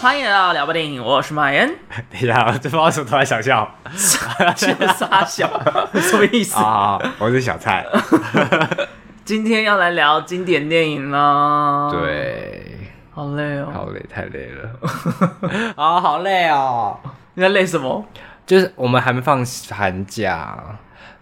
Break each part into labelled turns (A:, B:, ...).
A: 欢迎来到聊吧电影，我是马 恩。
B: 等一下，我这不知道为什么突然想笑
A: 傻笑，什么意思？
B: 啊、我是小 蔡，
A: 今天要来聊经典电影啦。，
B: 对，
A: 好累哦。
B: 好累，太累了，啊、好累哦。
A: 你在累什么？
B: 就是我们还没放寒假，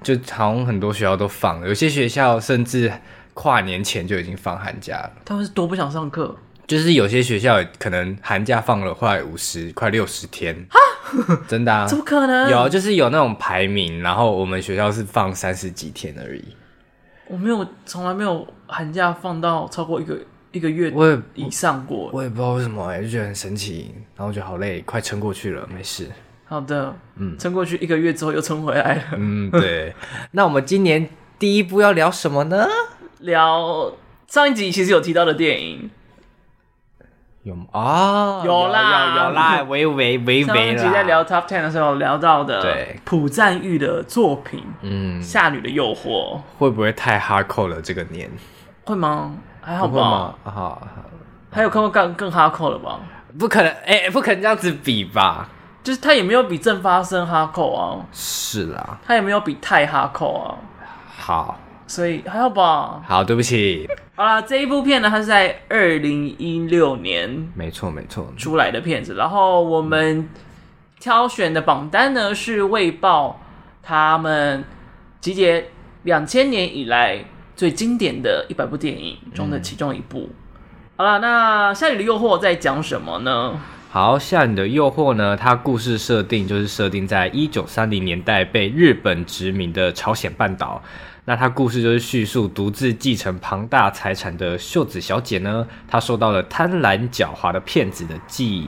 B: 就好像很多学校都放了，有些学校甚至跨年前就已经放寒假了。
A: 他们是多不想上课，
B: 就是有些学校可能寒假放了快五十、快六十天， 真的啊，
A: 怎么可能？
B: 有，就是有那种排名，然后我们学校是放三十几天而已。
A: 我没有，从来没有寒假放到超过一个一个月
B: 我也
A: 以上过。
B: 我也不知道为什么、欸，就觉得很神奇，然后就好累，快撑过去了，没事。
A: 好的，嗯，撑过去一个月之后又撑回来了。
B: 嗯，对。 那我们今年第一部要聊什么呢？
A: 聊上一集其实有提到的电影，
B: 有吗啊，
A: 有啦
B: 有有 啦，喂喂喂
A: 上
B: 喂
A: 一
B: 啦。
A: 集在聊 Top Ten 的时候聊到的
B: 对
A: 朴赞玉的作品《
B: 嗯，
A: 夏女的诱惑》，
B: 会不会太 hardcore 了？这个年
A: 会吗？还好
B: 不会
A: 吧？
B: 吗？啊好，好
A: 还有看过更更哈扣的吧？
B: 不可能，哎、不可能这样子比吧？
A: 就是他也没有比正发生哈扣啊，
B: 是啦，
A: 他也没有比太哈扣啊，
B: 好
A: 所以还好吧。
B: 好，对不起，
A: 好啦，这一部片呢，它是在二零一六年
B: 没错没错，
A: 出来的片子，然后我们挑选的榜单呢是《卫报》他们集结两千年以来最经典的一百部电影中
B: 嗯
A: 的其中一部。好啦，那《夏雨的诱惑》在讲什么呢？
B: 好，夏你的诱惑呢？它故事设定就是设定在一九三零年代被日本殖民的朝鲜半岛。那它故事就是叙述独自继承庞大财产的秀子小姐呢，她受到了贪婪狡猾的骗子的觊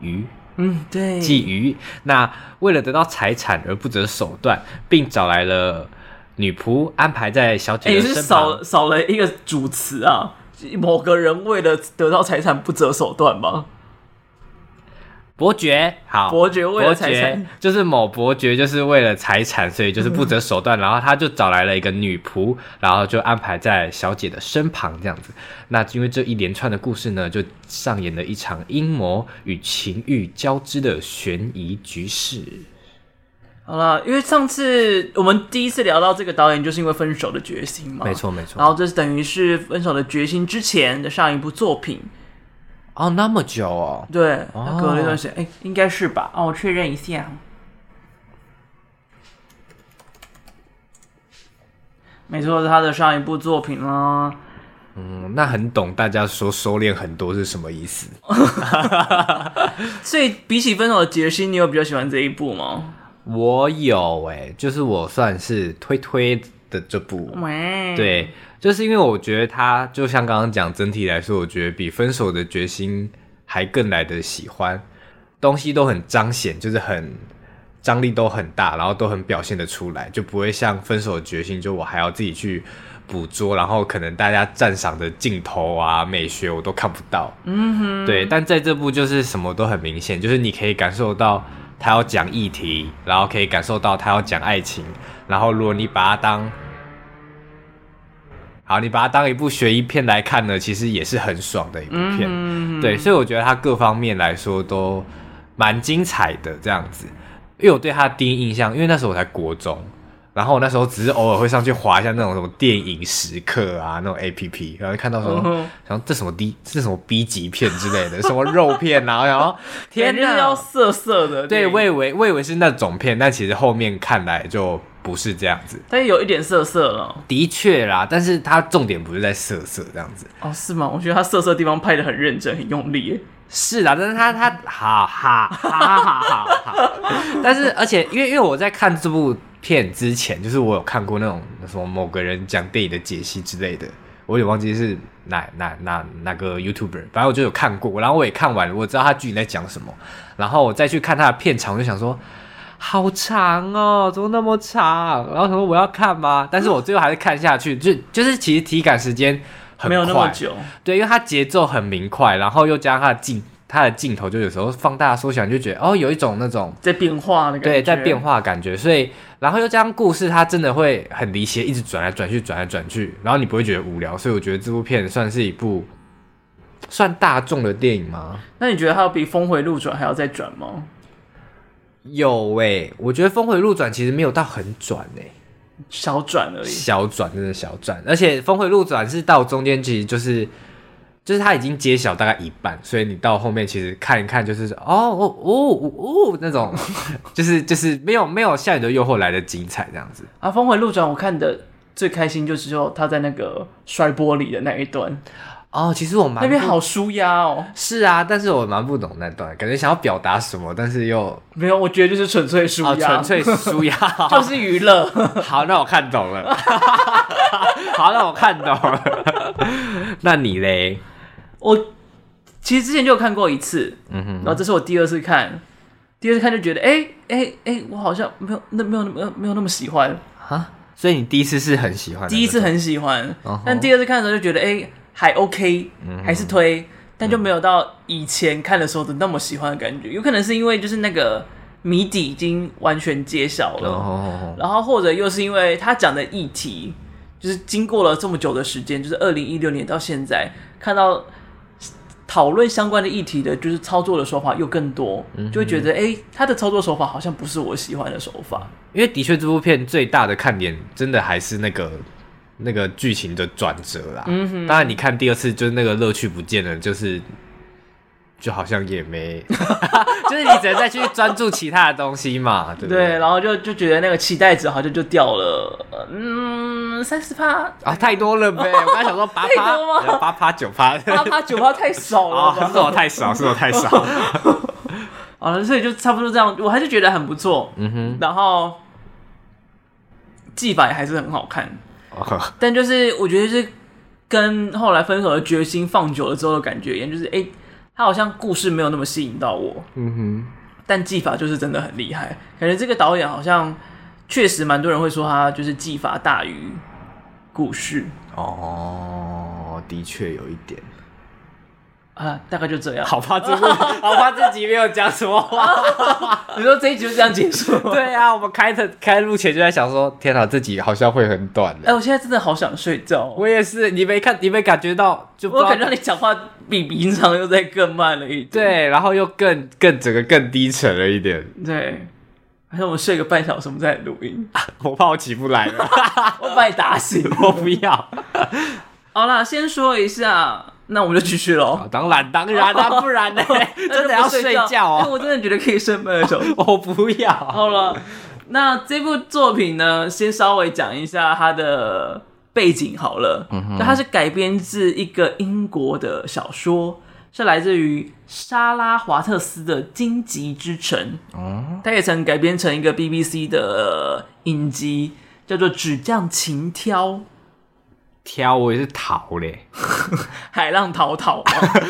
B: 觎。
A: 嗯，对，
B: 觊觎。那为了得到财产而不择手段，并找来了女仆安排在小
A: 哎、
B: 姐
A: 你
B: 的
A: 是
B: 身旁。
A: 少少了一个主词啊！某个人为了得到财产不择手段吗？
B: 伯爵，好，
A: 伯爵为了财产
B: 伯爵就是某伯爵，就是为了财产，所以就是不择手段。然后他就找来了一个女仆，然后就安排在小姐的身旁这样子。那因为这一连串的故事呢，就上演了一场阴谋与情欲交织的悬疑局势。
A: 好了，因为上次我们第一次聊到这个导演，就是因为《分手的决心》嘛，
B: 没。错，没
A: 然
B: 错。
A: 后这是等于是《分手的决心》之前的上一部作品，
B: 哦，那么久哦，
A: 对，
B: 哦
A: 他隔了一段时间，哎、应该是吧？哦，我确认一下。没错，是他的上一部作品啦。
B: 嗯，那很懂大家说收敛很多是什么意思。
A: 所以比起《分手的决心》，你有比较喜欢这一部吗？
B: 我有哎、就是我算是推推的这部。
A: 喂，，
B: 对，就是因为我觉得他就像刚刚讲，整体来说，我觉得比《分手的决心》还更来的喜欢，东西都很彰显，就是很张力都很大，然后都很表现得出来，就不会像《分手的决心》，就我还要自己去捕捉，然后可能大家赞赏的镜头啊、美学我都看不到。
A: 嗯哼。
B: 对，但在这部就是什么都很明显，就是你可以感受到他要讲议题，然后可以感受到他要讲爱情，然后如果你把它当好，你把它当一部悬疑片来看呢，其实也是很爽的一部片。
A: 嗯，
B: 对，所以我觉得它各方面来说都蛮精彩的这样子。因为我对它第一印象，因为那时候我才国中，然后我那时候只是偶尔会上去划一下那种什么电影时刻啊那种 A P P，然后就看到说，
A: 嗯哼
B: 然后这什么 D 这什么 B 级片之类的，什么肉片啊，然后 天
A: 感觉是要
B: 哪，
A: 色色的，
B: 对，我
A: 喂，
B: 以为我以为是那种片，但其实后面看来就不是这样子。
A: 但有一点色色了。
B: 的确啦，但是它重点不是在色色这样子，
A: 哦，是吗？我觉得他色色的地方拍的很认真，很用力耶。
B: 是啦，但是他他哈哈哈哈哈哈，但是而且因为因为我在看这部片之前，就是我有看过那种什么某个人讲电影的解析之类的，我也忘记是哪哪哪哪个 YouTuber，反正我就有看过，然后我也看完了，我知道他具体在讲什么，然后我再去看他的片场，我就想说。好长哦，怎么那么长？然后想说我要看吗？但是我最后还是看下去，就就是其实体感时间很
A: 没有那么
B: 快
A: 久，
B: 对，因为它节奏很明快，然后又加上它的镜，它的镜头就有时候放大缩小，你就觉得哦，有一种那种
A: 在变化的感觉，
B: 对在变。化的感觉。所以，然后又加上故事，它真的会很离奇，一直转来转去，转来转去，然后你不会觉得无聊。所以我觉得这部片算是一部算大众的电影吗？
A: 那你觉得它比《峰回路转》还要再转吗？
B: 有诶、我觉得《峰回路转》其实没有到很转欸诶、
A: 小转而已。
B: 小转真的小转，而且峰回路转是到中间其实就是就是他已经揭晓大概一半，所以你到后面其实看一看就是哦哦哦哦 那种，就是就是没有没有像你的诱惑来的精彩这样子。
A: 啊，《峰回路转》我看的最开心就是说他在那个摔玻璃的那一段，
B: 哦，其实我蛮
A: 那边好舒压哦。
B: 是啊，但是我蛮不懂那段，感觉想要表达什么，但是又
A: 没有，我觉得就是纯粹舒
B: 哦
A: 压，
B: 纯粹舒 压。
A: 就是娱乐。
B: 好，那我看懂了。 好，那我看懂了。 那你嘞？
A: 我其实之前就有看过一次，嗯哼，然后这是我第二次看，第二次看就觉得，哎哎哎，我好像没有那没有那没有没有那么喜欢，
B: 啊，所以你第一次是很喜欢的那种，
A: 第一次很喜欢
B: 嗯哼，嗯
A: 但第二次看的时候就觉得，哎，还 OK，还是推，但就没有到以前看的时候的那么喜欢的感觉，有可能是因为就是那个谜底已经完全揭晓了，
B: 哦，
A: 然后或者又是因为他讲的议题，就是经过了这么久的时间，就是二零一六年到现在，看到讨论相关的议题的，就是操作的手法又更多，
B: 嗯
A: 就会觉得哎、诶他的操作手法好像不是我喜欢的手法。
B: 因为的确这部片最大的看点，真的还是那个那个剧情的转折啦。嗯哼，当然你看第二次，就是那个乐趣不见了，就是就好像也 没，就是你只能再去专注其他的东西 嘛，对不
A: 对，
B: 对？
A: 然后就就觉得那个期待值好像就掉了，呃嗯，三十趴、
B: 啊，太多了 呗！我刚才想说八
A: 太多
B: 趴、 八趴、九趴，
A: 八趴、九趴太少了
B: 哦，
A: 吧
B: 是？我太少，是我太少。
A: 好了，所以就差不多这样，我还是觉得很不错。嗯哼，然后技法也还是很好看。
B: 哦
A: 但就是我觉得是跟后来分手的决心放久了之后的感觉一样，就是哎、诶他好像故事没有那么吸引到我，
B: 嗯
A: 但技法就是真的很厉害，感觉这个导演好像确实蛮多人会说他就是技法大于故事
B: 哼，哦，的确有一点。
A: 啊，大概就这样。
B: 好怕自己，好怕自己没有讲什么话。
A: 你说这一集就这样结束？哎、
B: 对啊，我们开的开录前就在想说，天哪，自己好像会很短的。
A: 哎我现在真的好想睡觉哦，
B: 我也是，你没看，你没感觉到，就不
A: 我
B: 知道
A: 感觉到你讲话比平常又在更慢了一点。
B: 对，然后又更更整个更低沉了一点，
A: 对，还是我们睡个半小时，我们再来录音，
B: 我怕我起不来了，
A: 我把你打醒。
B: 我不要。
A: 好啦，先说一下，那我们就继续喽
B: 啊。当然当然啊，不然呢，真的要睡觉
A: 因为
B: 哦。。
A: 我真的觉得可以睡半个小时
B: 我不要。
A: 好 了，那这部作品呢，先稍微讲一下它的背景好了。嗯、它是改编自一个英国的小说，是来自于莎拉·华特斯的《荆棘之城》。
B: 哦
A: 它也曾改编成一个 BBC 的呃影集，叫做《纸匠情挑》。
B: 挑我也是逃嘞，
A: 海浪滔 滔，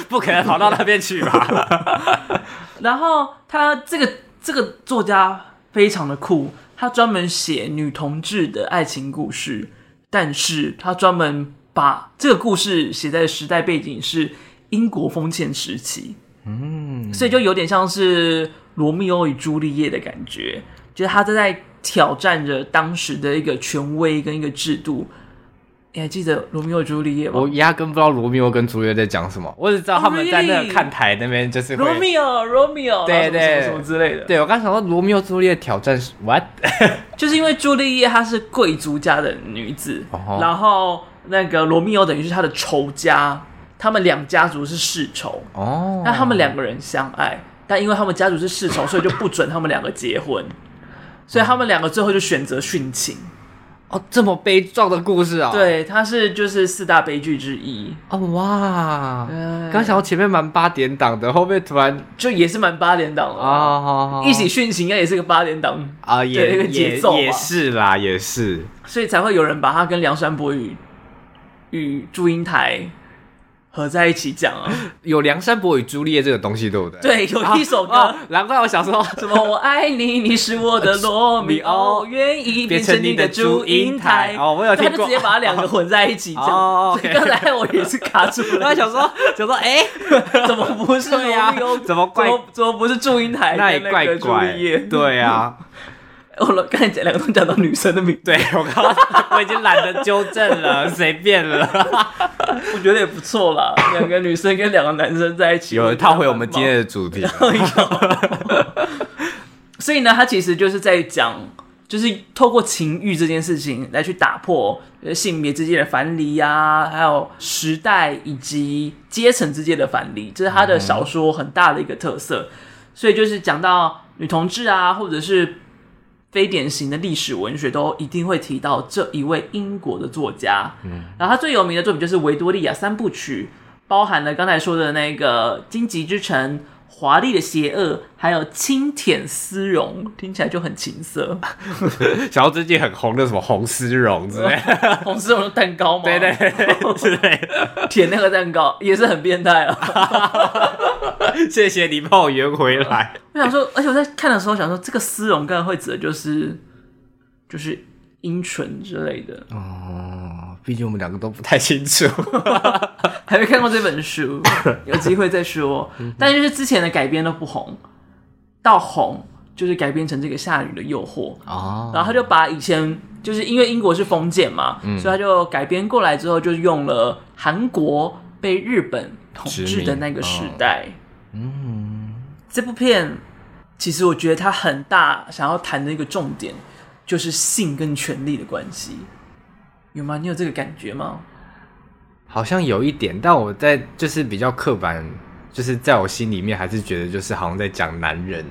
B: 不可能跑到那 边去吧？
A: 然后他这个这个作家非常的酷，他专门写女同志的爱情故事，但是他专门把这个故事写在时代背景是英国封建时期，嗯，所以就有点像是罗密欧与朱丽叶的感觉，就是他正在挑战着当时的一个权威跟一个制度。你还记得罗密欧与朱丽叶吗
B: 我？压根不知道罗密欧跟朱丽叶在讲什么，我只知道他们在那
A: Really？
B: 个看台那边就是会
A: 罗密欧，罗密欧，
B: 对
A: 然后
B: 对
A: 什么什么什么之类的，
B: 对，我刚想到罗密欧朱丽叶挑战是 what？
A: 就是因为朱丽叶她是贵族家的女子
B: 哦吼
A: 然后那个罗密欧等于是她的仇家，他们两家族是世仇，
B: 哦
A: 那他们两个人相爱，但因为他们家族是世仇，所以就不准他们两个结婚，所以他们两个最后就选择殉情。
B: 哦，这么悲壮的故事啊、哦！，
A: 对，它是就是四大悲剧之一，
B: 哦哇
A: 对，
B: 刚想到前面蛮八点档的，后面突然
A: 就也是蛮八点档的
B: 啊、哦
A: 一起殉情应该也是个八点档，
B: 啊
A: 对那
B: 也
A: 个节
B: 也
A: 奏吧
B: 也是啦，也是
A: 所以才会有人把它跟梁山伯与与祝英台合在一起讲啊。
B: 有梁山伯与朱丽叶这个东西，对不对？
A: 对，有一首歌。
B: 啊哦难怪我小时候
A: 什么？我爱 你，你是我的罗密欧，愿
B: 呃
A: 意变成你的祝英台。
B: 哦我有听过
A: 他就直接把它两个混在一起讲。
B: 哦
A: 所以
B: OK
A: 刚才我也是卡住了，
B: 我想说想说，哎、
A: 怎么不是
B: 对
A: 罗
B: 呀
A: 密欧？
B: 怎么怪
A: 怎么怎么不是祝英台？
B: 那也怪怪
A: 朱丽叶。，
B: 对啊，
A: 我刚才讲两个都讲到女生的名字，
B: 对我刚刚我已经懒得纠正 了，随便了。
A: 我觉得也不错啦。两个女生跟两个男生在一起，
B: 有人套回我们今天的主 题了，
A: 所以呢，他其实就是在讲，就是透过情欲这件事情来去打破呃性别之间的藩篱啊，还有时代以及阶层之间的藩篱，这是他的小说很大的一个特色。所以就是讲到女同志啊，或者是非典型的历史文学，都一定会提到这一位英国的作家。嗯，然后他最有名的作品就是《维多利亚三部曲》，包含了刚才说的那个《荆棘之城》。华丽的邪恶，还有轻舔丝绒，听起来就很情色。
B: 想到最近很红的什么红丝绒之类的，
A: 红丝绒的蛋糕吗？
B: 对对， 对之类的。
A: 舔那个蛋糕也是很变态啊！
B: 谢谢你帮我圆回来。
A: 我想说，而且我在看的时候想说，这个丝绒刚才会指的就是就是阴唇之类的。
B: 哦，毕竟我们两个都不太清 楚。
A: 还没看过这本书，有机会再说。但就是之前的改编都不红，到红就是改编成这个《夏女的诱惑》，
B: 哦，
A: 然后他就把以前就是因为英国是封建嘛，所以他就改编过来之后，就用了韩国被日本统治的那个时代。嗯，这部片其实我觉得它很大想要谈的一个重点就是性跟权力的关系，有吗？你有这个感觉吗？
B: 好像有一点，但我在就是比较刻板，就是在我心里面还是觉得就是好像在讲男人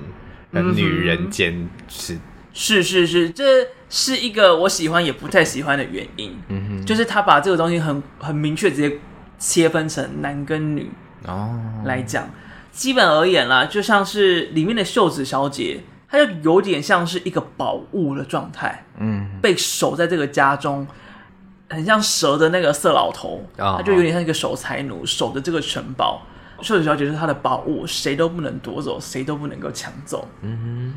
B: 和女人间是
A: 是是是，这是一个我喜欢也不太喜欢的原因，就是他把这个东西很很明确直接切分成男跟女，
B: 哦，
A: 来讲，基本而言啦，就像是里面的秀子小姐，她就有点像是一个宝物的状态，
B: 嗯，
A: 被守在这个家中，很像蛇的那个色老头，
B: 哦
A: 她就有点像一个守财奴，守着这个城堡。秀子小姐是她的宝物，谁都不能夺走，谁都不能够抢走。嗯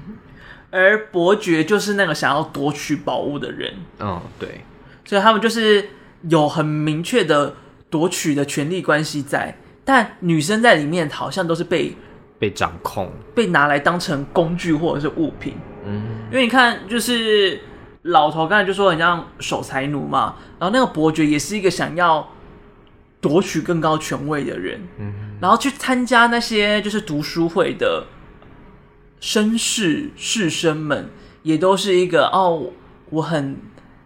A: 而伯爵就是那个想要夺取宝物的人，
B: 嗯，对，
A: 所以他们就是有很明确的夺取的权利关系在，但女生在里面好像都是被
B: 被掌控，
A: 被拿来当成工具或者是物品，
B: 嗯，
A: 因为你看，就是老头刚才就说很像守财奴嘛，然后那个伯爵也是一个想要夺取更高权位的人，然后去参加那些就是读书会的绅士士绅们，也都是一个哦，我很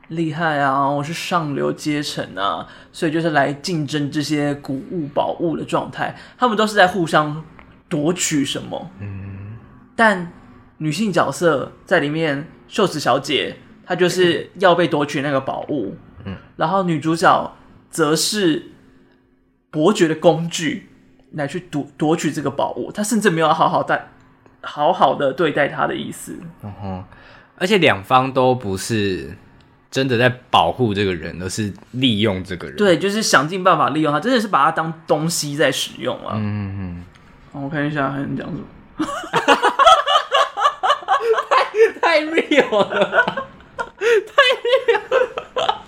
A: 厉害啊，我是上流阶层啊，所以就是来竞争这些古物宝物的状态，他们都是在互相夺取什么，嗯，但女性角色在里面，秀子小姐她
B: 嗯
A: 就是要被夺取那个宝物，嗯，然后女主角则是伯爵的工具来去夺夺取这个宝物，她甚至没有好好待。好好的对待她的意思，
B: 哦而且两方都不是真的在保护这个人，而是利用这个人，，
A: 对，就是想尽办法利用它，真的是把它当东西在使用啊。嗯嗯，我看一下还能讲什么。太太 real 了，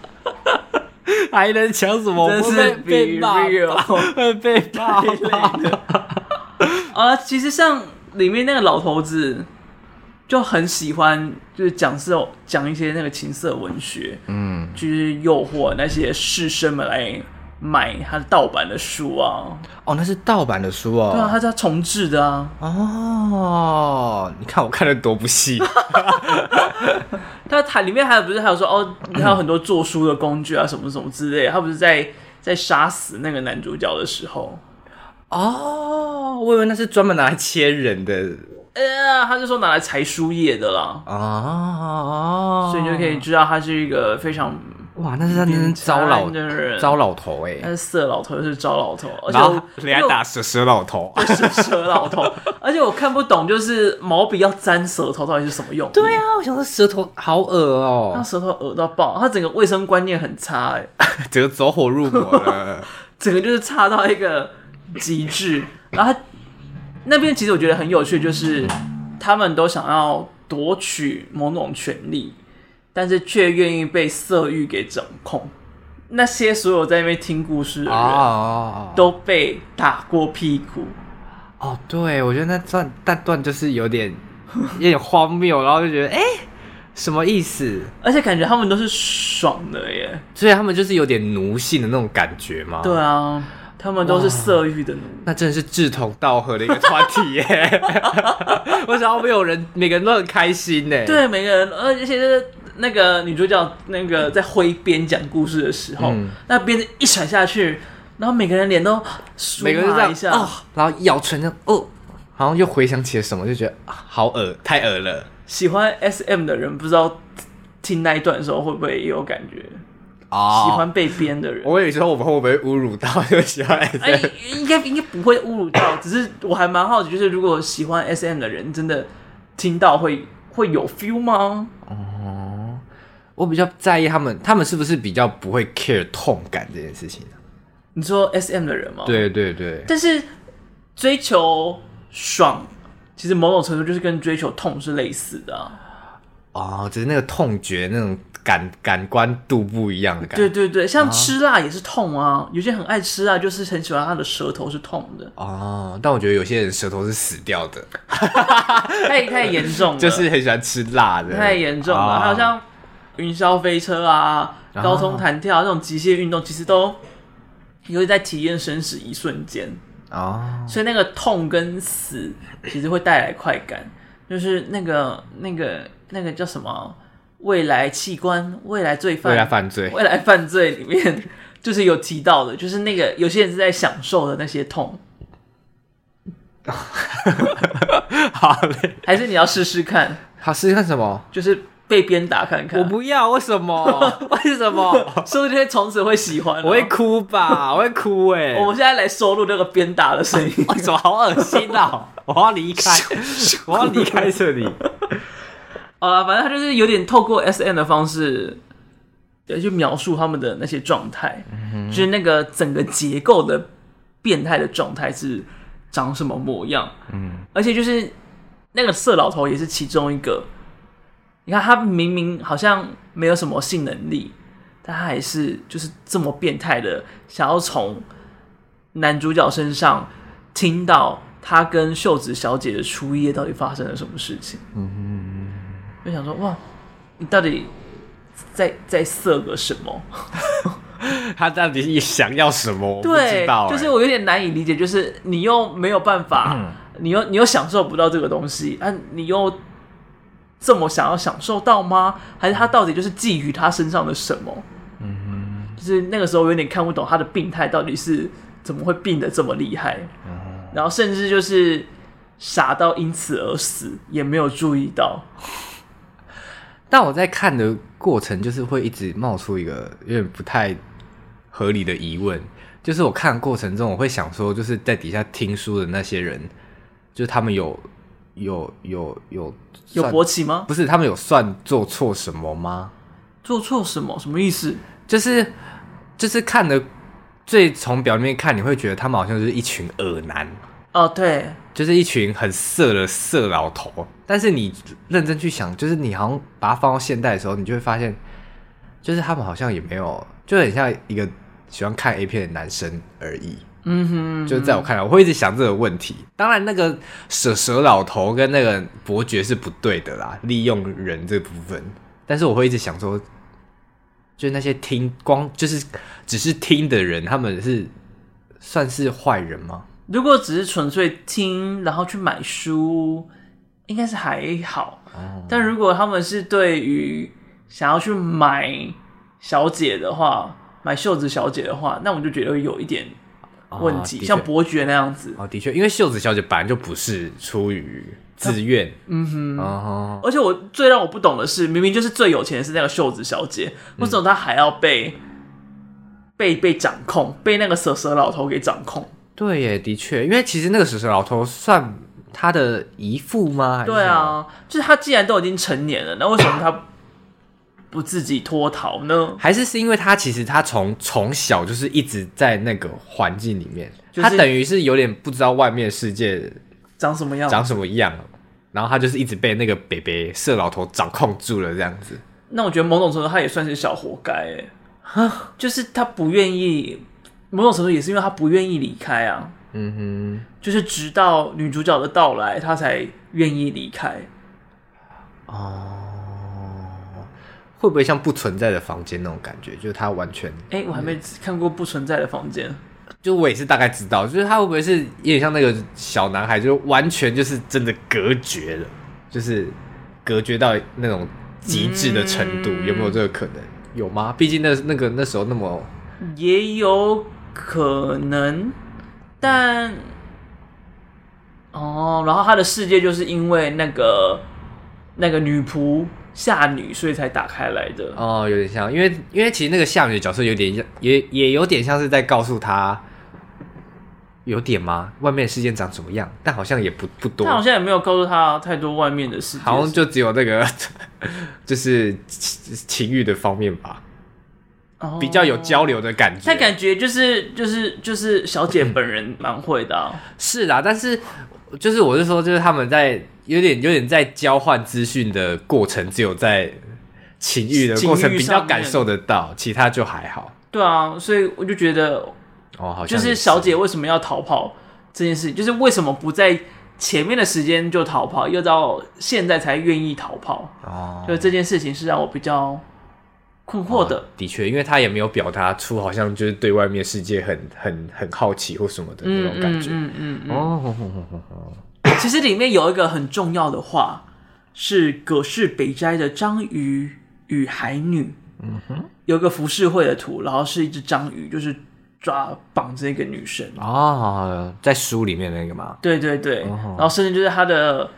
B: 还能抢什么？
A: 真
B: 我
A: 是
B: 会
A: 比
B: 被骂吧，
A: real
B: 会被骂
A: 太
B: 吧。
A: 累了。啊，其实像里面那个老头子就很喜欢，就是讲是讲一些那个情色文学，
B: 嗯，
A: 就是诱惑那些士绅们来买他的盗版的书啊。
B: 哦，那是盗版的书哦。
A: 对啊，他是他重置的啊。
B: 哦，你看我看的多不细。
A: 他他里面还有不是还有说哦，还有很多做书的工具啊，什么什么之类的。他不是在在杀死那个男主角的时候，
B: 哦，我以为那是专门拿来切人的
A: 呃，他就说拿来裁书页的啦，
B: 哦，
A: 所以你就可以知道他是一个非常
B: 哇，那是他真
A: 变
B: 是糟老
A: 态的人
B: 糟老头哎、
A: 他是色老头，是糟老头，而且
B: 然后
A: 我
B: 人家打蛇蛇老头，
A: 因为我是蛇老头，而且我看不懂，就是毛笔要沾舌头到底是什么用？对
B: 对，啊，我想说舌头好恶
A: 他
B: 哦、
A: 舌头恶到爆，他整个卫生观念很差、欸，
B: 整个走火入魔了。
A: 整个就是差到一个极致。然后他那边其实我觉得很有趣，就是他们都想要夺取某种权利，但是却愿意被色欲给掌控。那些所有在那边听故事的人、
B: 哦
A: 都被打过屁股，
B: 哦，对，我觉得那段那段就是有点有点荒谬，然后就觉得哎、什么意思？
A: 而且感觉他们都是爽的耶。
B: 所以他们就是有点奴性的那种感觉吗？
A: 对啊，他们都是色欲的奴。
B: 那真的是志同道合的一个团体耶！我想要没有人，每个人都很开心呢。，
A: 对，每个人，而且就是那个女主角那个在挥鞭讲故事的时候，
B: 嗯
A: 那鞭子一甩下去，然后每个人脸都舒
B: 每个人都这
A: 麻一
B: 样
A: 下，
B: 哦，然后咬唇这样哦，好像又回想起了什么，就觉得啊好恶，太恶了。
A: 喜欢 SM 的人不知道听那一段的时候会不会也有感觉？
B: 哦
A: 喜欢被编的人，
B: 我有时候我们会不会侮辱到就喜欢 SM？、
A: 哎、应该应该不会侮辱到，只是我还蛮好奇，就是如果喜欢 SM 的人真的听到会会有 feel 吗？
B: 我比较在意他们，他们是不是比较不会 care 痛感这件事情、啊
A: 你说 SM 的人吗？，
B: 对对对，
A: 但是追求爽，其实某种程度就是跟追求痛是类似的、啊。
B: 哦，只是那个痛觉那种感感官度不一样的感觉。
A: 对
B: 啊
A: 对对，像吃辣也是痛啊，有些人很爱吃辣，就是很喜欢他的舌头是痛 的，
B: 哦，但我觉得有些人舌头是死掉的，
A: 太太严重了，
B: 就是很喜欢吃辣的，
A: 太严重了。
B: 哦
A: 还有像云霄飞车啊、高空弹跳、这种极限运动，其实都有点在体验生死一瞬间，
B: 哦，
A: 所以那个痛跟死其实会带来快感，就是那个那个那个叫什么啊未来器官、未来罪犯、
B: 为了犯罪
A: 未来犯罪里面。 就是有提到的，就是那个有些人是在享受的那些痛，
B: 好嘞，
A: 还是你要试试看，
B: 好试试看什么？
A: 就是被鞭打看看，
B: 我 不要，为什么？为什 么？
A: 说不定会从此会喜欢哦、
B: 我会哭吧，我会哭哎、
A: 哦我们现在来收录那个鞭打的声音。
B: 我怎么好恶心啊！ 我要 离开，我要离开这里。
A: 好了，反正他就是有点透过 S N 的方式，呃，去描述他们的那些状态，就是那个整个结构的变态的状态是长什么模样。
B: 嗯，
A: 而且就是那个色老头也是其中一个。你看他明明好像没有什么性能力，但他还是就是这么变态的，想要从男主角身上听到他跟秀子小姐的初夜到底发生了什么事情。嗯就想说哇，你到底在在色个什么？
B: 他到底想要什么？我不知
A: 对
B: 道、，欸
A: 就是我有点难以理解，就是你又没有办法，
B: 嗯
A: 你又你又享受不到这个东西，啊，你又这么想要享受到吗？还是他到底就是觊觎他身上的什么？嗯，就是那个时候我有点看不懂他的病态到底是怎么会病得这么厉害，
B: 嗯
A: 然后甚至就是傻到因此而死，也没有注意到。
B: 但我在看的过程，就是会一直冒出一个有点不太合理的疑问，就是我看的过程中，我会想说，就是在底下听书的那些人，就是他们有有有有
A: 有
B: 算
A: 勃起吗？
B: 不是他们有算做错什么吗？
A: 做错什么？什么意思？
B: 就是就是看的最从表面看，你会觉得他们好像就是一群恶男，
A: 哦，对，
B: 就是一群很色的色老头。但是你认真去想，就是你好像把它放到现代的时候，你就会发现，就是他们好像也没有，就很像一个喜欢看 A 片的男生而已。
A: 嗯哼，
B: 就是在我看来，我会一直想这个问题。当然，那个蛇蛇老头跟那个伯爵是不对的啦，利用人这部分。但是我会一直想说，就是那些听光就是只是听的人，他们是算是坏人吗？
A: 如果只是纯粹听，然后去买书，应该是还好。
B: 哦
A: 但如果他们是对于想要去买小姐的话，买秀子小姐的话，那我就觉得有一点问题，
B: 哦的确
A: 像伯爵那样子。
B: 哦，的确，因为秀子小姐本来就不是出于自愿，嗯哼，哦，
A: 而且我最让我不懂的是，明明就是最有钱的是那个秀子小姐，为什么她还要被、被被掌控，被那个蛇蛇老头给掌控？
B: 对耶，的确，因为其实那个蛇蛇老头算他的姨父吗？还是
A: 对
B: 什么，
A: 啊，就是她既然都已经成年了，那为什么她不自己脱逃呢？
B: 还是是因为他其实他从从小就是一直在那个环境里面，
A: 就是
B: 他等于是有点不知道外面世界
A: 长什么样？
B: 长什么样，然后他就是一直被那个北北色老头掌控住了这样子。
A: 那我觉得某种程度他也算是小活该哎，就是他不愿意，某种程度也是因为他不愿意离开啊，
B: 嗯
A: 就是直到女主角的到来，他才愿意离开。
B: 哼，哦，会不会像不存在的房间那种感觉？就是它完全，
A: 哎、我还没看过不存在的房间，
B: 就我也是大概知道，就是它会不会是有点像那个小男孩，就是完全就是真的隔绝了，就是隔绝到那种极致的程度，
A: 嗯
B: 有没有这个可能？有吗？毕竟那那个那时候那么
A: 也有可能，但
B: 嗯
A: 哦，然后他的世界就是因为那个那个女仆下女，所以才打开来的。
B: 哦，有点像，因为因为其实那个夏雨的角色有点像，也也有点像是在告诉他，有点吗？外面的世界长什么样？但好像也不不多，
A: 但好像也没有告诉他太多外面的世界，
B: 好像就只有那个 就是情情欲的方面吧，
A: 哦
B: 比较有交流的感觉。
A: 他感觉就是就是就是小姐本人蛮会的、啊，
B: 是啦，但是就是我是说，就是他们在有点有点在交换资讯的过程，只有在情欲的
A: 情
B: 过程
A: 欲
B: 比较
A: 上
B: 感
A: 面
B: 受得到，其他就还好。
A: 对啊，所以我就觉得
B: 哦，好像
A: 就是
B: 也
A: 小姐为什么要逃跑这件事情，就是为什么不在前面的时间就逃跑，又到现在才愿意逃跑，
B: 哦，
A: 就这件事情是让我比较困惑的。
B: 的确，因为他也没有表达出好像就是对外面世界很很很好奇或什么的那种感觉。
A: 嗯嗯嗯
B: 哦，
A: 嗯其实里面有一个很重要的话，是葛饰北斋的章鱼与海女。有一个浮世绘的图，然后是一只章鱼，就是抓绑着一个女生。
B: 哦，在书里面那个吗？
A: 对对对，
B: 哦
A: 然后甚至就是他的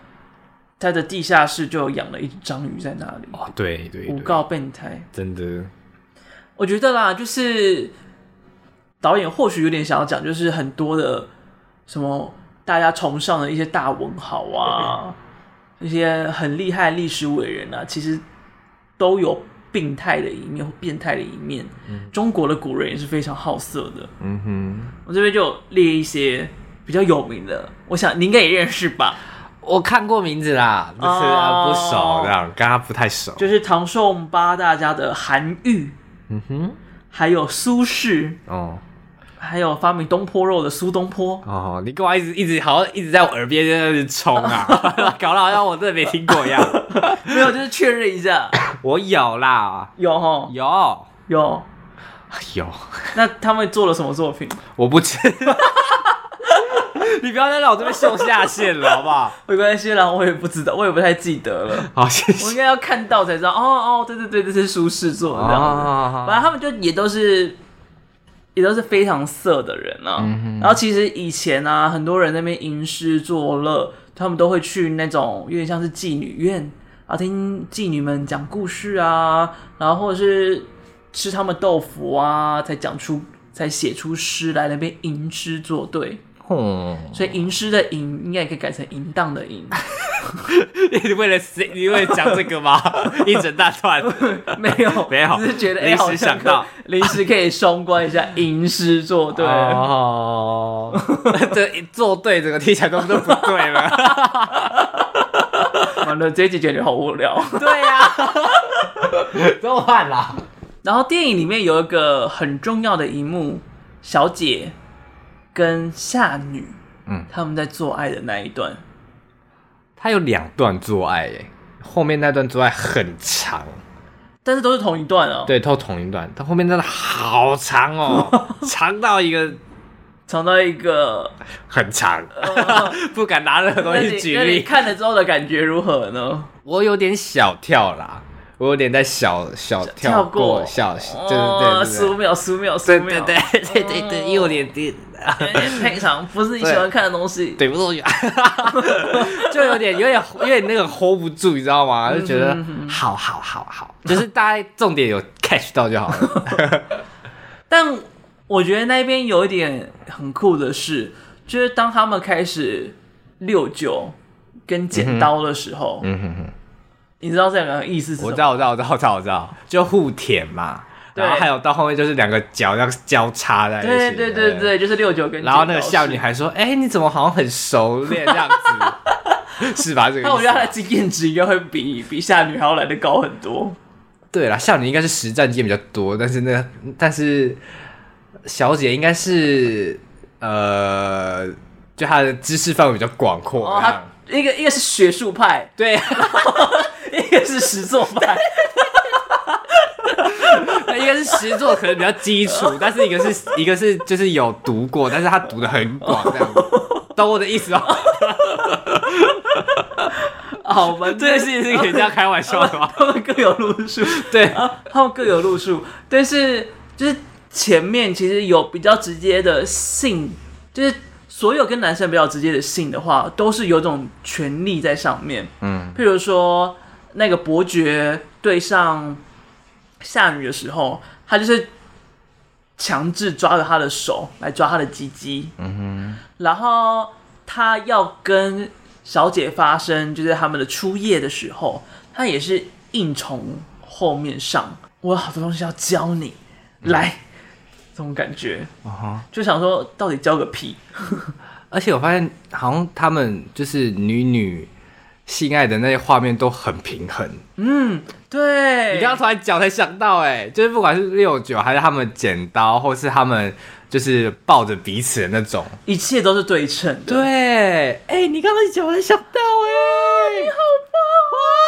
A: 他的地下室就有养了一只章鱼在那里，
B: 哦，对对
A: 诬
B: 对，
A: 告变态。
B: 真的，
A: 我觉得啦，就是导演或许有点想要讲，就是很多的什么大家崇尚的一些大文豪啊，一些很厉害的历史伟人啊，其实都有病态的一面或变态的一面。中国的古人也是非常好色的。
B: 嗯哼，
A: 我这边就列一些比较有名的，我想你应该也认识吧。
B: 我看过名字啦，但是、啊、
A: 哦
B: 不熟，这样跟他不太熟。
A: 就是唐宋八大家的韩愈，
B: 嗯哼，
A: 还有苏轼，
B: 哦
A: 还有发明东坡肉的苏东坡。
B: 哦，你干嘛一直一直好像一直在我耳边在那里冲 啊，搞得好像我真的没听过一样。
A: 没有，就是确认一下，
B: 我有啦，
A: 有哈
B: 有
A: 有。
B: 有，
A: 那他们做了什么作品？
B: 我不吃。 你不要再让我这边秀下限了，好不好？
A: 没关系啦，我也不知道，我也不太记得了。
B: 好，谢
A: 我应
B: 谢。
A: 该要看到才知道。哦哦，对对对，这是苏轼做的这样子。反正
B: 啊，
A: 他们就也都是，也都是非常色的人啊。
B: 嗯
A: 然后其实以前啊，很多人在那边吟诗作乐，他们都会去那种有点像是妓女院啊，听妓女们讲故事啊，然后或者是吃他们豆腐啊，才讲出才写出诗来那边吟诗作对。
B: 哼，
A: 所以吟诗的吟应该也可以改成淫荡的 淫，
B: 你为了谁？你为了讲这个 吗？一整大段，
A: 没有
B: 没有
A: 只是觉得哎、
B: 临时
A: 好像
B: 想
A: 可
B: 到
A: 临时可以双关一下吟诗作对。
B: 哦，这做对，整个听起来都都不对了。
A: 完了，这一集觉得好无聊。
B: 对啊 呀，怎么办啦？
A: 然后电影里面有一个很重要的一幕，小姐跟夏女，
B: 嗯
A: 他们在做爱的那一段，
B: 他有两段做爱耶，后面那段做爱很长，
A: 但是都是同一段哦，，
B: 对，都同一段，但后面真的好长哦，长到一个
A: 长到一 个，
B: 很长，不敢拿任何东
A: 那
B: 西
A: 你
B: 举
A: 那你
B: 例。
A: 看了之后的感觉如何呢？
B: 我有点小跳啦，我有点在小小跳
A: 过，
B: 小，
A: 哦
B: 对
A: 十五
B: 对
A: 秒，十五秒，十
B: 对
A: 五
B: 对对
A: 秒，
B: 对对对对对，有点点，
A: 有点太长，不是你喜欢看的东西。
B: 对不住，就有点有点有点那个 hold 不住，你知道吗？就觉得好好好好，就是大概重点有 catch 到就好了。
A: 但我觉得那边有一点很酷的是，就是当他们开始六九跟剪刀的时候，
B: 嗯哼哼，
A: 你知道这两个意思是什
B: 我
A: 么
B: 知？道我知道我知道我知道我知道，就互舔嘛。
A: 对
B: 然后还有到后面就是两个脚这样交叉在一
A: 对
B: 起，
A: 对对对，就是六九跟
B: 然后那
A: 剪
B: 个
A: 刀
B: 笑
A: 是
B: 女，还说：“哎、你怎么好像很熟练这样子？” 是吧？这个
A: 但我
B: 意
A: 觉得
B: 思
A: 她
B: 吧。
A: 的经验值应该会比比夏女还要来的高很多。
B: 对啦，笑女应该是实战经验比较多，但是那但是小姐应该是呃，就她的知识范围比较广阔。
A: 哦，
B: 这
A: 她
B: 样
A: 一个一个是学术派，
B: 对，
A: 一个是实作派，
B: 一个是实作可能比较基础， 但是一个是一个是就是有读过，但是他读的很广，这 样子懂我的意思哦？
A: 好，我 们
B: 这件事情是可以这样开玩笑的吗？
A: 他们各有路数，
B: 对，
A: 啊，他们各有路数，但是就是前面其实有比较直接的性，就是所有跟男生比较直接的性的话，都是有种权利在上面。
B: 嗯，
A: 譬如说那个伯爵对上夏雨的时候，他就是强制抓着他的手来抓他的鸡鸡，嗯哼，然后他要跟小姐发生就是他们的初夜的时候，他也是硬从后面上，我有好多东西要教你，
B: 嗯
A: 来。这种感觉，
B: 啊哈
A: 就想说到底教个屁，
B: 而且我发现好像他们就是女女性爱的那些画面都很平衡。
A: 对，
B: 你刚刚突然讲才想到、哎，就是不管是六九还是他们剪刀，或是他们就是抱着彼此的那种，
A: 一切都是对称的，
B: 对，哎、你刚刚讲我才想到、哎，你好棒啊！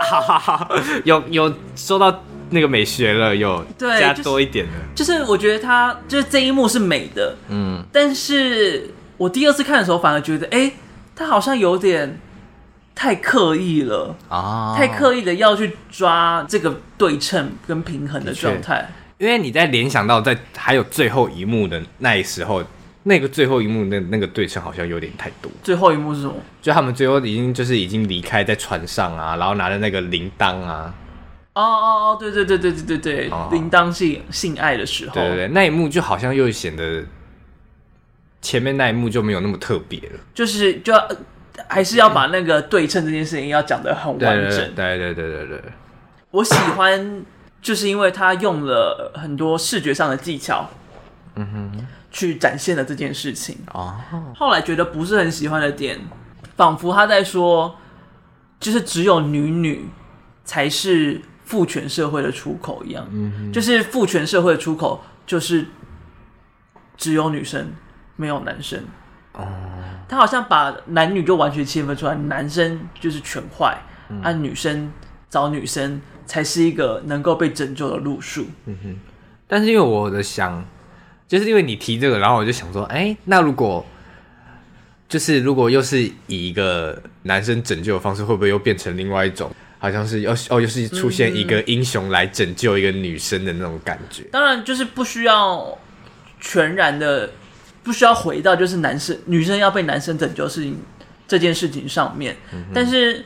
B: 好好好，有有说到那个美学了，有
A: 对
B: 加
A: 就是
B: 多一点的，
A: 就是我觉得他就是这一幕是美的，
B: 嗯，
A: 但是我第二次看的时候反而觉得，哎、他好像有点太刻意了，
B: 啊
A: 太刻意的要去抓这个对称跟平衡的
B: 的确
A: 状态。
B: 因为你在联想到在还有最后一幕的那时候，那个最后一幕那那个对称好像有点太多，
A: 最后一幕是什么？
B: 就他们最后已经就是已经离开在船上啊，然后拿着那个铃铛啊，
A: 哦哦哦，对对对对对对对
B: 哦，
A: 铃铛性性爱的时候，
B: 对对对，那一幕就好像又显得前面那一幕就没有那么特别了，
A: 就是就要、呃还是要把那个对称这件事情要讲得很
B: 对
A: 完
B: 对
A: 整。
B: 对对对对对对，
A: 我喜欢，就是因为他用了很多视觉上的技巧，嗯哼，去展现了这件事情。
B: 哦，
A: 后来觉得不是很喜欢的点，仿佛他在说，就是只有女女才是父权社会的出口一样，就是父权社会的出口就是只有女生，没有男生。他好像把男女就完全切分出来，男生就是全坏，按、女生找女生才是一个能够被拯救的路数。
B: 但是因为我的想，就是因为你提这个，然后我就想说，哎、那如果就是如果又是以一个男生拯救的方式，会不会又变成另外一种，好像是又哦又是出现一个英雄来拯救一个女生的那种感觉？
A: 当然，就是不需要全然的，不需要回到就是男生女生要被男生拯救事情这件事情上面。但是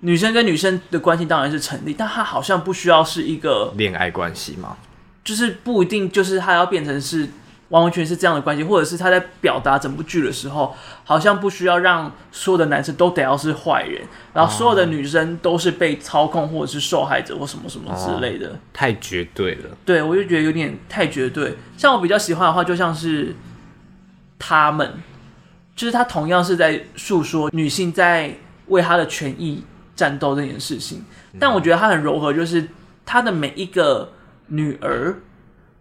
A: 女生跟女生的关系当然是成立，但她好像不需要是一个，
B: 恋爱关系嘛，
A: 就是不一定就是她要变成是完完全全是这样的关系，或者是她在表达整部剧的时候，好像不需要让所有的男生都得要是坏人，然后所有的女生都是被操控或者是受害者或什么什么之类的。
B: 太绝对了。
A: 对我就觉得有点太绝对。像我比较喜欢的话，就像是他们，就是他同样是在诉说女性在为她的权益战斗这件事情，但我觉得他很柔和，就是他的每一个女儿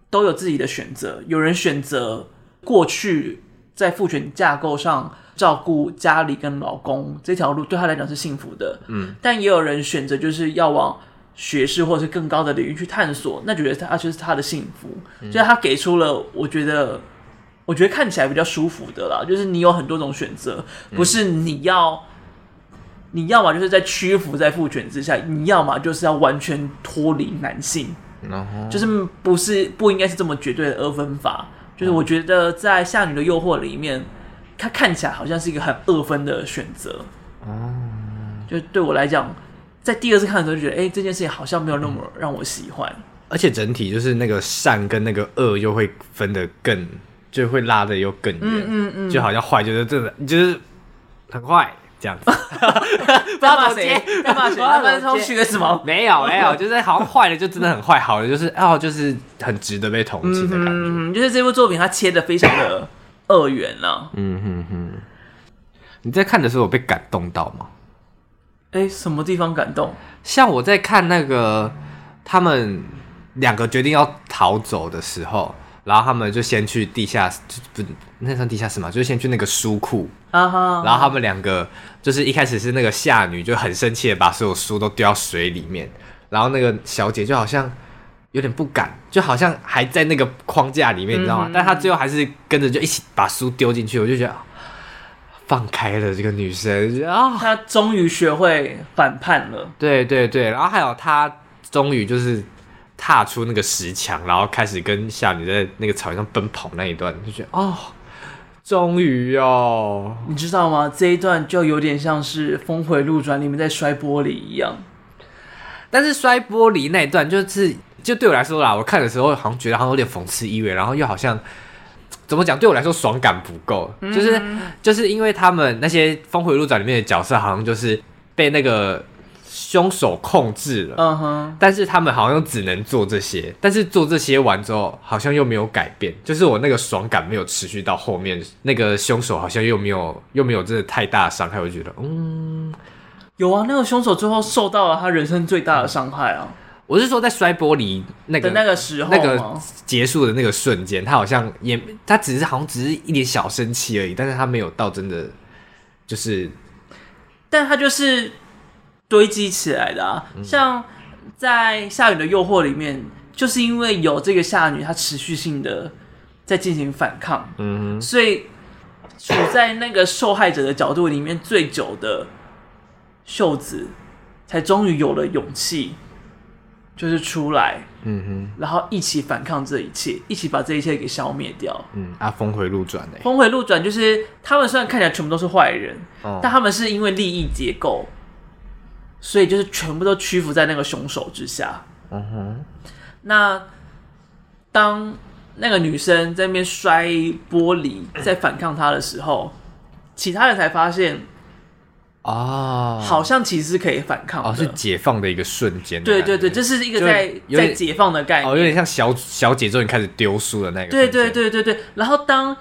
A: 都有自己的选择，有人选择过去在父权架构上。照顾家里跟老公这条路对她来讲是幸福的，嗯，但也有人选择就是要往学士或者是更高的领域去探索，那觉得他就是他的幸福，所以他给出了我觉得我觉得看起来比较舒服的啦，就是你有很多种选择，不是你要。你要么就是在屈服在父权之下，你要么就是要完全脱离男性，
B: 然后
A: 就是不是不应该是这么绝对的二分法。就是我觉得在《夏女的诱惑》里面，它看起来好像是一个很二分的选择。就对我来讲，在第二次看的时候就觉得，哎、这件事情好像没有那么让我喜欢。
B: 而且整体就是那个善跟那个恶又会分得更，就会拉得又更远，嗯嗯，就好像坏就是真的就是很坏这样子。
A: 不要骂谁， 不要骂谁，
B: 不知道
A: 他
B: 怎么接
A: 们从学什么？
B: 没 有没有，就是好像坏了就真的很坏，好了就是哦，就是很值得被同情的感觉。
A: 嗯，就是这部作品它切的非常的二元啊。
B: 嗯哼哼。你在看的时候有被感动到吗？
A: 哎、什么地方感动？
B: 像我在看那个他们两个决定要逃走的时候，然后他们就先去地下室，就不那算地下室嘛，就是先去那个书库，
A: 啊哈，
B: 然后他们两个就是一开始是那个夏女就很生气的把所有书都丢到水里面，然后那个小姐就好像有点不敢，就好像还在那个框架里面，你知道吗？
A: 嗯哼
B: 但他最后还是跟着就一起把书丢进去，我就觉得啊放开了这个女生，就觉得啊，
A: 他终于学会反叛了。
B: 对对对，然后还有他终于就是踏出那个石墙，然后开始跟夏女在那个草原上奔跑那一段，就觉得哦，终于哦，
A: 你知道吗？这一段就有点像是《峰回路转》里面在摔玻璃一样。
B: 但是摔玻璃那一段，就是就对我来说啦，我看的时候好像觉得好像有点讽刺意味，然后又好像怎么讲，对我来说爽感不够，
A: 嗯
B: 就是就是因为他们那些《峰回路转》里面的角色，好像就是被那个凶手控制了。
A: 嗯哼，
B: 但是他们好像只能做这些，但是做这些完之后，好像又没有改变，就是我那个爽感没有持续到后面，那个凶手好像又没有又没有真的太大的伤害，我就觉得，嗯，
A: 有啊，那个凶手最后受到了他人生最大的伤害啊
B: 我是说在摔玻璃那个
A: 的那个时候
B: 那个
A: 吗
B: 结束的那个瞬间，他好像也，他只是好像只是一点小生气而已，但是他没有到真的就是
A: 但它就是堆积起来的啊。像在《夏雨的诱惑》里面，就是因为有这个夏女，她持续性的在进行反抗，
B: 嗯
A: 所以处在那个受害者的角度里面最久的秀子，才终于有了勇气，就是出来，
B: 嗯
A: 然后一起反抗这一切，一起把这一切给消灭掉。
B: 哼嗯啊，峰回路转哎、
A: 峰回路转就是他们虽然看起来全部都是坏人，
B: 哦
A: 但他们是因为利益结构，所以就是全部都屈服在那个凶手之下。
B: 嗯哼，
A: 那当那个女生在那边摔玻璃，在反抗他的时候，其他人才发现，
B: 哦，
A: 好像其实是可以反抗的。
B: 哦是解放的一个瞬间的
A: 对
B: 感觉，
A: 对对，这是一个
B: 就
A: 在
B: 有
A: 在
B: 点
A: 解放的概念。
B: 哦有点像小小姐终于开始丢书的那个，
A: 对对，对对对。然后当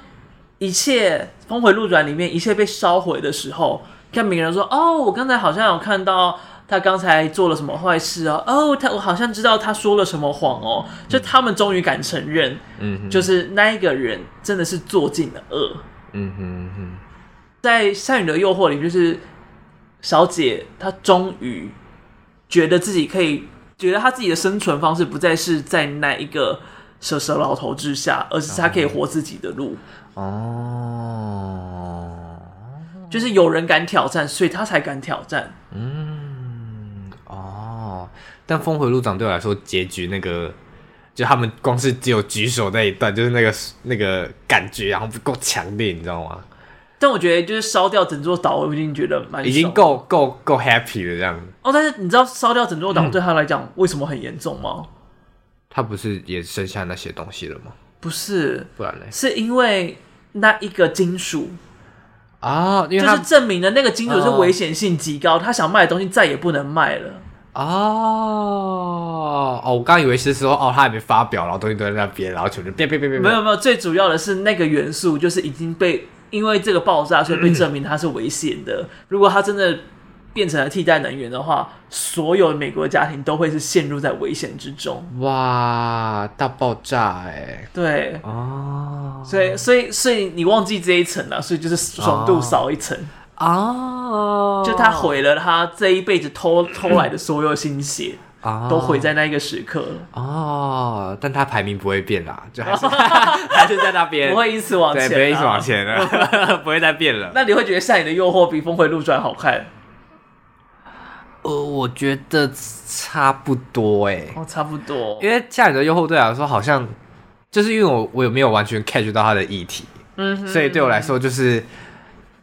A: 一切峰回路转里面一切被烧毁的时候，看每个人说：“哦，我刚才好像有看到他刚才做了什么坏事哦，哦，他我好像知道他说了什么谎哦。”就他们终于敢承认，
B: 嗯哼
A: 就是那一个人真的是做尽了恶。
B: 嗯哼嗯
A: 在《善女的诱惑》里，就是小姐她终于觉得自己可以，觉得她自己的生存方式不再是在那一个蛇蛇老头之下，而是她可以活自己的路。
B: 哼哦
A: 就是有人敢挑战，所以他才敢挑战。
B: 嗯哦，但峰回路转对我来说结局那个。就他们光是只有举手那一段，就是那个那个感觉，然后不够强烈，你知道吗？
A: 但我觉得就是烧掉整座岛，我已经觉得蛮爽
B: 已经够够够 happy 了，这样。
A: 哦。但是你知道烧掉整座岛对他来讲为什么很严重吗？
B: 他不是也剩下那些东西了吗？
A: 不是，
B: 不然呢？
A: 是因为那一个金属，
B: 啊，因
A: 就
B: 为他
A: 是证明了那个金属是
B: 哦
A: 危险性极高，他想卖的东西再也不能卖了。
B: 啊哦哦，我刚以为是说哦，他还没发表，然后东西都在那边，然后全部变变变变
A: 没有没有，最主要的是那个元素就是已经被因为这个爆炸，所以被证明它是危险
B: 嗯
A: 的。如果它真的变成了替代能源的话，所有美国家庭都会是陷入在危险之中。
B: 哇，大爆炸哎！
A: 对，
B: 哦
A: 所以，所以，所以你忘记这一层了，所以就是爽度少一层，
B: 哦，
A: 就他毁了他这一辈子偷偷来的所有心血，
B: 啊
A: 都毁在那一个时刻了，
B: 哦，但他排名不会变啦，就 还是还是在那边，
A: 不会因此往
B: 对，
A: 前，啊
B: 不会一直往。前了， 不会再变了。
A: 那你会觉得《夏雨的诱惑》比《峰回路转》好看？
B: 呃，我觉得差不多哎、
A: 哦，差不多。
B: 因为《夏雨的诱惑》对我来说好像，就是因为我我有没有完全 catch 到他的议题，
A: 嗯哼，
B: 所以对我来说就是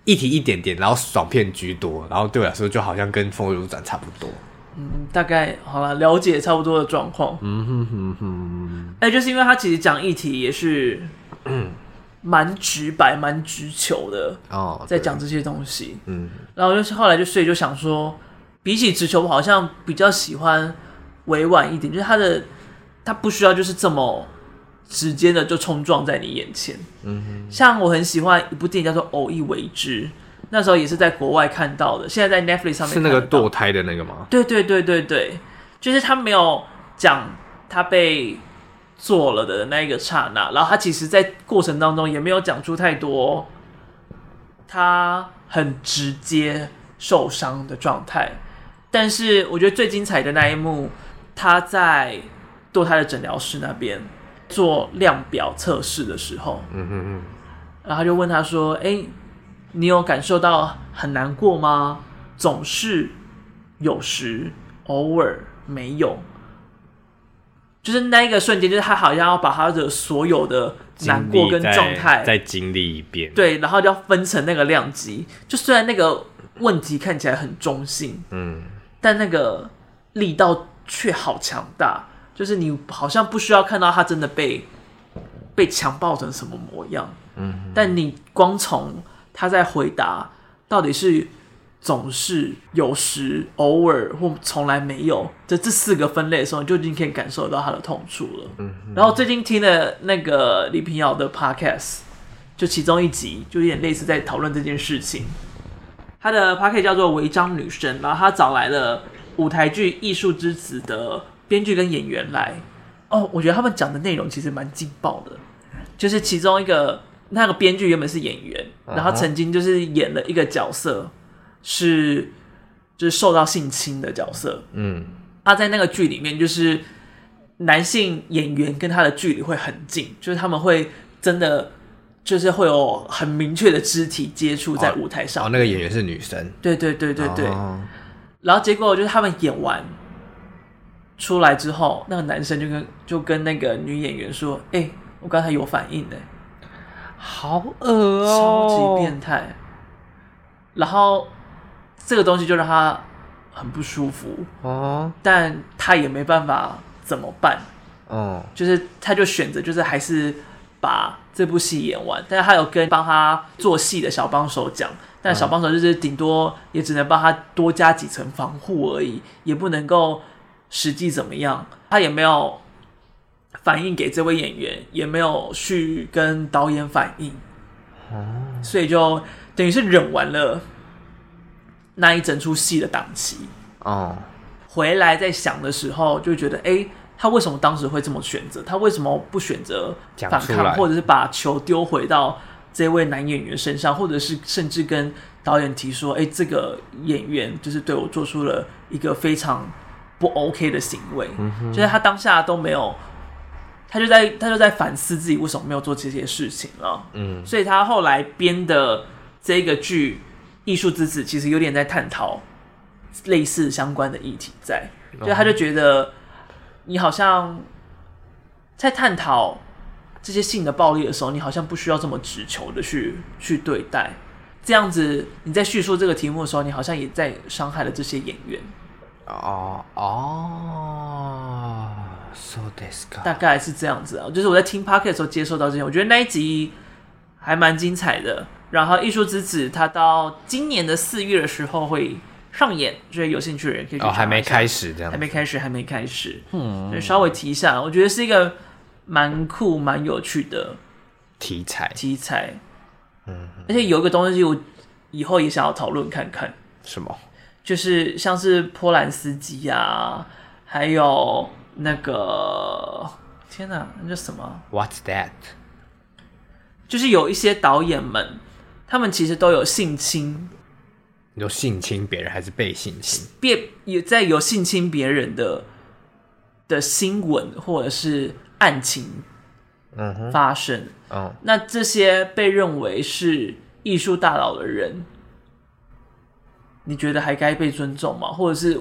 B: 议题一点点，然后爽片居多，然后对我来说就好像跟《风回路转》差不多。
A: 嗯大概好了，了解差不多的状况。
B: 嗯哼哼哼，
A: 哎、就是因为他其实讲议题也是，
B: 嗯
A: 蛮直白、蛮直球的，
B: 哦，
A: 在
B: 对，
A: 讲这些东西。
B: 嗯，
A: 然后就是后来就所以就想说，比起直球，我好像比较喜欢委婉一点，就是他的他不需要就是这么直接的就冲撞在你眼前。嗯，像我很喜欢一部电影叫做《偶一为之》，那时候也是在国外看到的，现在在 Netflix 上面
B: 是那个
A: 看得到
B: 堕胎的那个吗？
A: 对对对对对，就是他没有讲他被做了的那一个刹那，然后他其实在过程当中也没有讲出太多，他很直接受伤的状态。但是我觉得最精彩的那一幕，他在堕胎的诊疗室那边做量表测试的时候，
B: 嗯嗯
A: 然后他就问他说：“哎、你有感受到很难过吗？总是，有时，偶尔，没有。”就是那一个瞬间，就是他好像要把他的所有的
B: 嗯，
A: 难过跟
B: 经历再
A: 状态
B: 再经历一遍，，
A: 对，然后就要分成那个量级。就虽然那个问题看起来很中性，
B: 嗯，
A: 但那个力道却好强大，就是你好像不需要看到他真的被被强暴成什么模样，嗯，但你光从他在回答到底是总是、有时、偶尔或从来没有这这四个分类的时候，你就已经可以感受到他的痛处了。嗯，然后最近听了那个李平遥的 podcast，就其中一集就有点类似在讨论这件事情。他的 p a c k e t 叫做《违章女神》，然后他找来了舞台剧《艺术之子》的编剧跟演员来。哦，我觉得他们讲的内容其实蛮劲爆的，就是其中一个那个编剧原本是演员，然
B: 啊
A: 后曾经就是演了一个角色是就是受到性侵的角色。
B: 嗯，
A: 他在那个剧里面就是男性演员跟他的距离会很近，就是他们会真的。就是会有很明确的肢体接触在舞台上
B: 哦，那个演员是女生，
A: 对对对对对。
B: 哦
A: 然后结果就是他们演完出来之后，那个男生就跟就跟那个女演员说：“哎、我刚才有反应呢、
B: 好恶
A: 超
B: 哦，
A: 级变态。”然后这个东西就让他很不舒服，
B: 哦，
A: 但他也没办法怎么办，
B: 哦，
A: 就是他就选择就是还是把这部戏演完，但是他有跟帮他做戏的小帮手讲，但小帮手就是顶多也只能帮他多加几层防护而已，也不能够实际怎么样，他也没有反映给这位演员，也没有去跟导演反映，所以就等于是忍完了那一整出戏的档期，
B: 哦，
A: 回来在想的时候，就觉得哎、诶他为什么当时会这么选择？他为什么不选择
B: 讲
A: 反
B: 出来
A: 抗，或者是把球丢回到这位男演员身上，或者是甚至跟导演提说，哎、这个演员就是对我做出了一个非常不 OK 的行为，
B: 嗯
A: 就是他当下都没有。他就在他就在反思自己为什么没有做这些事情了，
B: 嗯，
A: 所以他后来编的这个剧《艺术之子》其实有点在探讨类似相关的议题在，就他就觉得你好像在探讨这些性的暴力的时候，你好像不需要这么直球的去去对待，这样子你在叙述这个题目的时候，你好像也在伤害了这些演员，
B: 哦，哦，so this
A: 大
B: guy，
A: 概是这样子啊。就是我在听 p o c k e t 的时候接受到这些，我觉得那一集还蛮精彩的。然后《艺术之子》它到今年的四月的时候会上演，所以有兴趣的人可以去查
B: 哦，
A: 一下。
B: 还没开始这样
A: 还，没开始，还没开始。
B: 嗯
A: 嗯，稍微提一下，我觉得是一个蛮酷、蛮有趣的
B: 题材
A: 题材。嗯，而且有一个东西我以后也想要讨论看看，
B: 什么？
A: 就是像是波兰斯基啊，还有那个天哪、那叫什么？啊
B: What's that？
A: 就是有一些导演们，他们其实都有性侵，
B: 有性侵别人还是被性侵？
A: 别也在有性侵别人的的新闻或者是案情
B: 嗯哼，
A: 发生。
B: 嗯，
A: 那这些被认为是艺术大佬的人，你觉得还该被尊重吗？或者是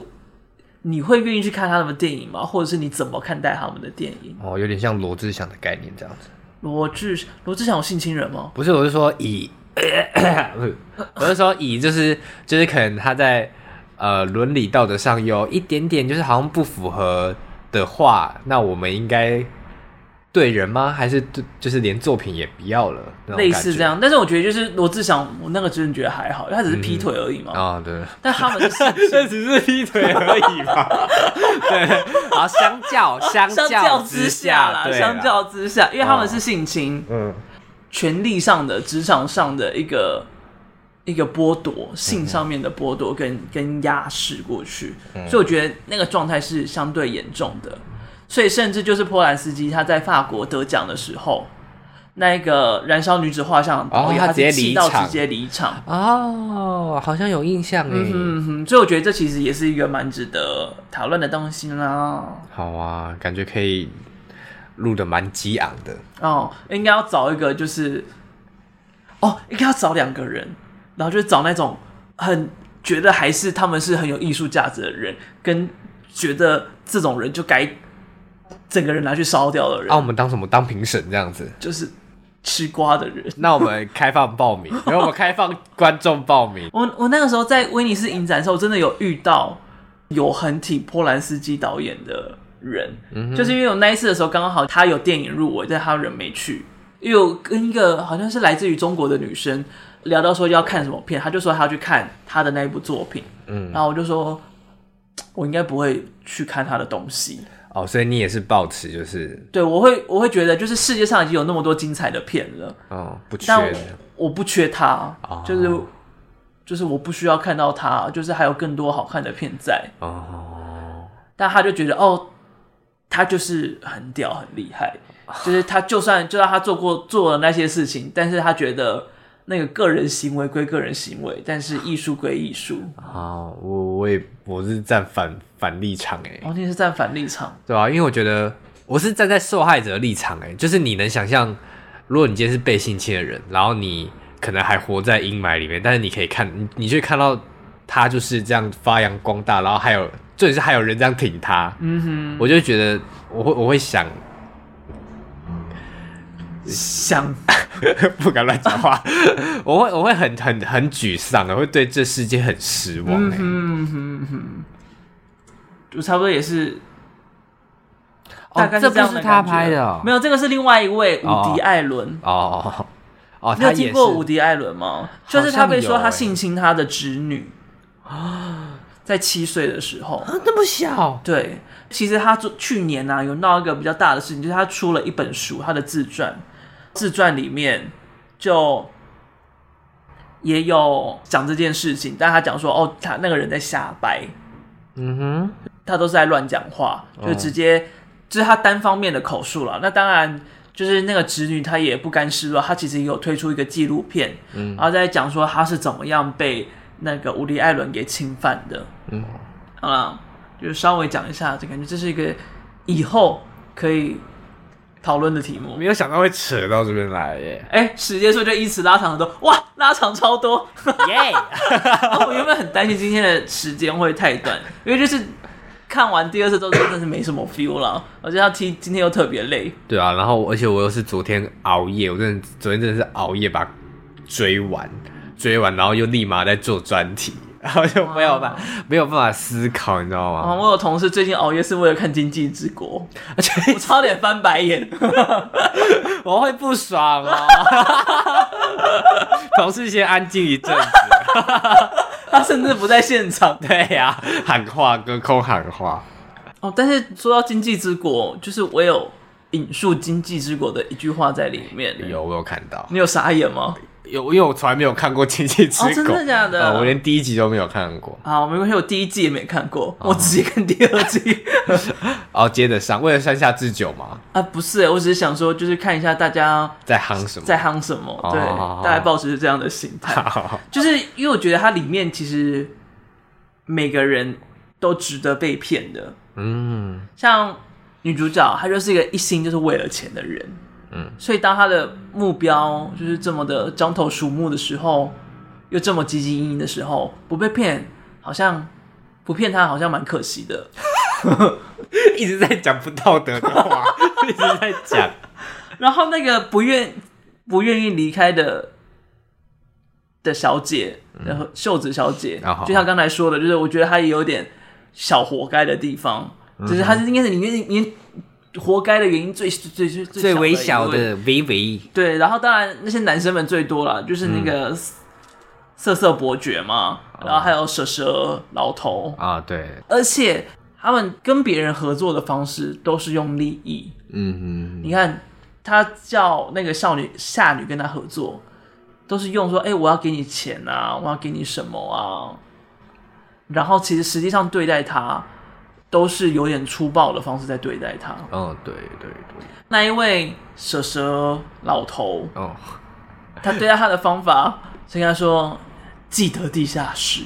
A: 你会愿意去看他们的电影吗？或者是你怎么看待他们的电影？
B: 哦，有点像罗志祥的概念这样子。
A: 罗志罗志祥有性侵人吗？
B: 不是，我是说以， 不是我是说以，就是就是可能他在呃伦理道德上有一点点就是好像不符合的话，那我们应该对人吗？还是对就是连作品也不要了？那种
A: 类似
B: 感觉
A: 这样，但是我觉得就是罗志祥，我那个真的觉得还好，因为他只是劈腿而已嘛。
B: 啊、对。
A: 但他们是性侵
B: 这只是劈腿而已嘛， 对，然后相较相
A: 相
B: 较
A: 较
B: 之
A: 之下啦，
B: 对啊哦啦
A: 相较之下，因为他们是性侵，
B: 嗯
A: 权力上的、职场上的一个一个剥夺，
B: 嗯
A: 性上面的剥夺跟跟压制过去，
B: 嗯
A: 所以我觉得那个状态是相对严重的。所以甚至就是波兰斯基他在法国得奖的时候，那个《燃烧女子画像》的导
B: 哦
A: 演，
B: 他
A: 他
B: 直接
A: 是气
B: 离
A: 到
B: 场
A: 直接离场。
B: 哦，好像有印象哎、
A: 嗯哼哼，所以我觉得这其实也是一个蛮值得讨论的东西啦。
B: 好啊，感觉可以录的蛮激昂的。
A: 哦，应该要找一个就是，哦，应该要找两个人，然后就找那种很觉得还是他们是很有艺术价值的人，跟觉得这种人就该整个人拿去烧掉的人，
B: 啊，我们当什么当评审这样子？
A: 就是吃瓜的人。
B: 那我们开放报 名，然后我们开放观众报名。
A: 我我那个时候在威尼斯影展的时候，真的有遇到有很挺波兰斯基导演的人，就是因为我那一次的时候刚好他有电影入围，但他人没去，因为我跟一个好像是来自于中国的女生聊到说要看什么片，她就说她要去看她的那一部作品，嗯，然后我就说。我应该不会去看他的东西，
B: 哦，所以你也是抱持就是
A: 对我会我会觉得就是世界上已经有那么多精彩的片了，
B: 哦不缺
A: 但我
B: 的
A: 我不缺他，
B: 哦
A: 就是就是我不需要看到他，就是还有更多好看的片在。
B: 哦，
A: 但他就觉得哦，他就是很屌很厉害，
B: 啊
A: 就是他就算就算他做过做了那些事情，但是他觉得那个个人行为归个人行为，但是艺术归艺术。
B: 啊好，我我也我是站反反立场哎、
A: 王天是站反立场，
B: 对啊吧、因为我觉得我是站在受害者的立场哎、就是你能想象，如果你今天是被性侵的人，然后你可能还活在阴霾里面，但是你可以看你你却看到他就是这样发扬光大，然后还有重点是还有人这样挺他，
A: 嗯
B: 我就觉得我会我会想
A: 哼，想
B: 不敢乱讲话，我会我会很很很沮丧的，会对这世界很失望、欸。
A: 嗯哼哼，就差不多也是。
B: 哦
A: 大概
B: 这
A: 这样
B: 不是
A: 的
B: 他
A: 感觉
B: 拍的哦
A: 没有，这个是另外一位伍
B: 哦
A: 迪·艾伦。
B: 哦哦，
A: 你有
B: 他也
A: 听
B: 是
A: 过伍迪·艾伦吗？
B: 像
A: 就是他被说
B: 有欸
A: 他性侵他的侄女啊，在七岁的时候。
B: 啊那么小
A: 对，其实他做去年呢、啊、有闹一个比较大的事情，就是他出了一本书，他的自传，自传里面就也有讲这件事情，但他讲说哦，他那个人在瞎掰，
B: 嗯哼，
A: 他都是在乱讲话，就直接、就是他单方面的口述了。那当然，就是那个侄女她也不甘示弱，她其实也有推出一个纪录片，然后在讲说她是怎么样被那个伍迪·艾伦给侵犯的。
B: 嗯，
A: 好啦，就稍微讲一下，就感觉这是一个以后可以讨论的题目。
B: 没。有想到会扯到这边来欸耶
A: 哎，时间说就因此拉长很多，哇，拉长超多。
B: 耶，
A: 然后哦我原本很担心今天的时间会太短，因为就是看完第二次之后真的是没什么 feel 了，而且他今今天又特别累，
B: 对啊，然后而且我又是昨天熬夜，我真的昨天真的是熬夜把它追完，追完然后又立马在做专题，然后就没有办法没有办法思考，你知道
A: 然后
B: 吗？
A: 哦我有同事最近熬夜是为了看《经济之国》，
B: 而且
A: 我差点翻白眼。
B: 我会不爽 哦。 同事先安静一阵子。
A: 他甚至不在现场。
B: 对呀、喊话隔空喊话。
A: 哦，但是说到《经济之国》，就是我有引述《经济之国》的一句话在里面。，
B: 有我有看到，
A: 你有傻眼吗？
B: 有因为我从来没有看过《亲戚之
A: 哦真
B: 狗》
A: 的假的
B: 呃我连第一集都没有看过。
A: 好，没关系，我第一季也没看过，我直接看第二季。
B: 哦，接着上，为了山下智久嘛，
A: 啊，不是，我只是想说，就是看一下大家
B: 在夯什么？
A: 在夯什么，对，
B: 哦好好好
A: 大概保持是这样的心态。
B: 好。
A: 就是因为我觉得它里面其实每个人都值得被骗的，
B: 嗯，
A: 像女主角她就是一个一心就是为了钱的人，
B: 嗯，
A: 所以当她的目标就是这么的獐头鼠目的时候，又这么汲汲营营的时候，不被骗好像不骗她好像蛮可惜的。
B: 一直在讲不道德的话， 一直在讲。
A: 然后那个不愿不愿意离开的的小姐，然后秀子小姐，
B: 嗯啊好
A: 就像刚才说的，就是我觉得她也有点小活该的地方，
B: 嗯
A: 就是她是应该是你愿意你活该的原因最最最
B: 最微
A: 小
B: 小
A: 的一位
B: 的 Vivi，
A: 对，然后当然那些男生们最多了，就是那
B: 嗯
A: 个瑟瑟伯爵嘛，
B: 哦
A: 然后还有蛇蛇老头，
B: 啊，对，
A: 而且他们跟别人合作的方式都是用利益。
B: 嗯，
A: 你看，他叫那个少女夏女跟他合作，都是用说：“哎、我要给你钱啊，我要给你什么啊。”然后其实实际上对待他，都是有点粗暴的方式在对待他。
B: 嗯，对对对，
A: 那一位蛇蛇老头，
B: 哦，
A: 他对待他的方法是跟他说：“记得地下室。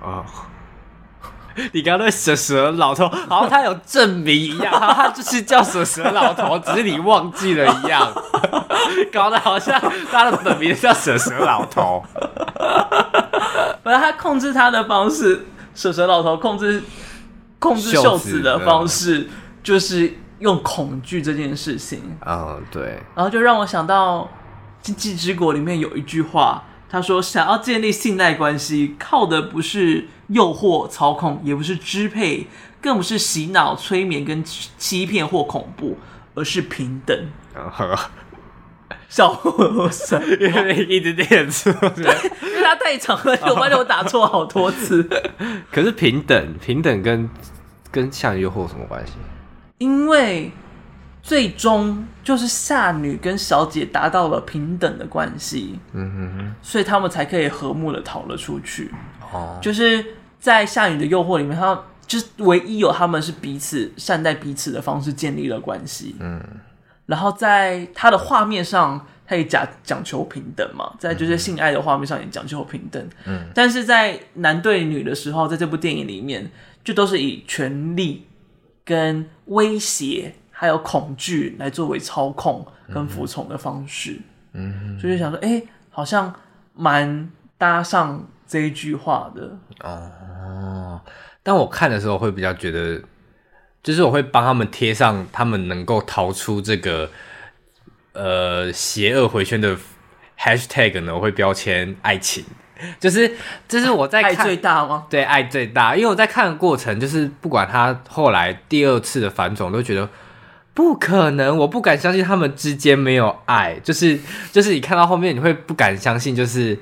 B: 哦， 你刚刚那蛇蛇老头，好像他有证明一样， 他他就是叫蛇蛇老头，只是你忘记了一样， 搞得好像他的本名叫蛇蛇老头。”
A: 反正他控制他的方式，蛇蛇老头控制控制
B: 袖
A: 袖
B: 子嗯
A: 子的方式，就是用恐惧这件事情。
B: 嗯，对，
A: 然后就让我想到《经济之国》里面有一句话，他说：“想要建立信赖关系，靠的不是诱惑、操控，也不是支配，更不是洗脑、催眠跟欺欺骗或恐怖，而是平等。
B: 嗯呵”
A: 笑我神，
B: 因为一直念错。
A: 因为他太长了，我发现我打错好多次。
B: 可是平等，平等跟跟向诱惑有什么关系？
A: 因为最终就是夏女跟小姐达到了平等的关系，
B: 嗯
A: 所以他们才可以和睦的逃了出去。
B: 哼哼，哦，
A: 就是在夏雨的诱惑里面，他就是唯一有他们是彼此善待彼此的方式建立了关系。嗯，然后在他的画面上，他也讲讲求平等嘛，在就是性爱的画面上也讲求平等。嗯，但是在男对女的时候，在这部电影里面，就都是以权力、跟威胁还有恐惧来作为操控跟服从的方式。嗯，所以就想说，哎、好像蛮搭上这一句话的。
B: 哦，但我看的时候会比较觉得，就是我会帮他们贴上他们能够逃出这个呃邪恶回圈的 hashtag 呢，我会标签爱情，就是这是我在
A: 爱
B: 看
A: 最大吗？
B: 对爱最大，因为我在看的过程，就是不管他后来第二次的反转，我都觉得不可能，我不敢相信他们之间没有爱，就是就是你看到后面，你会不敢相信，就是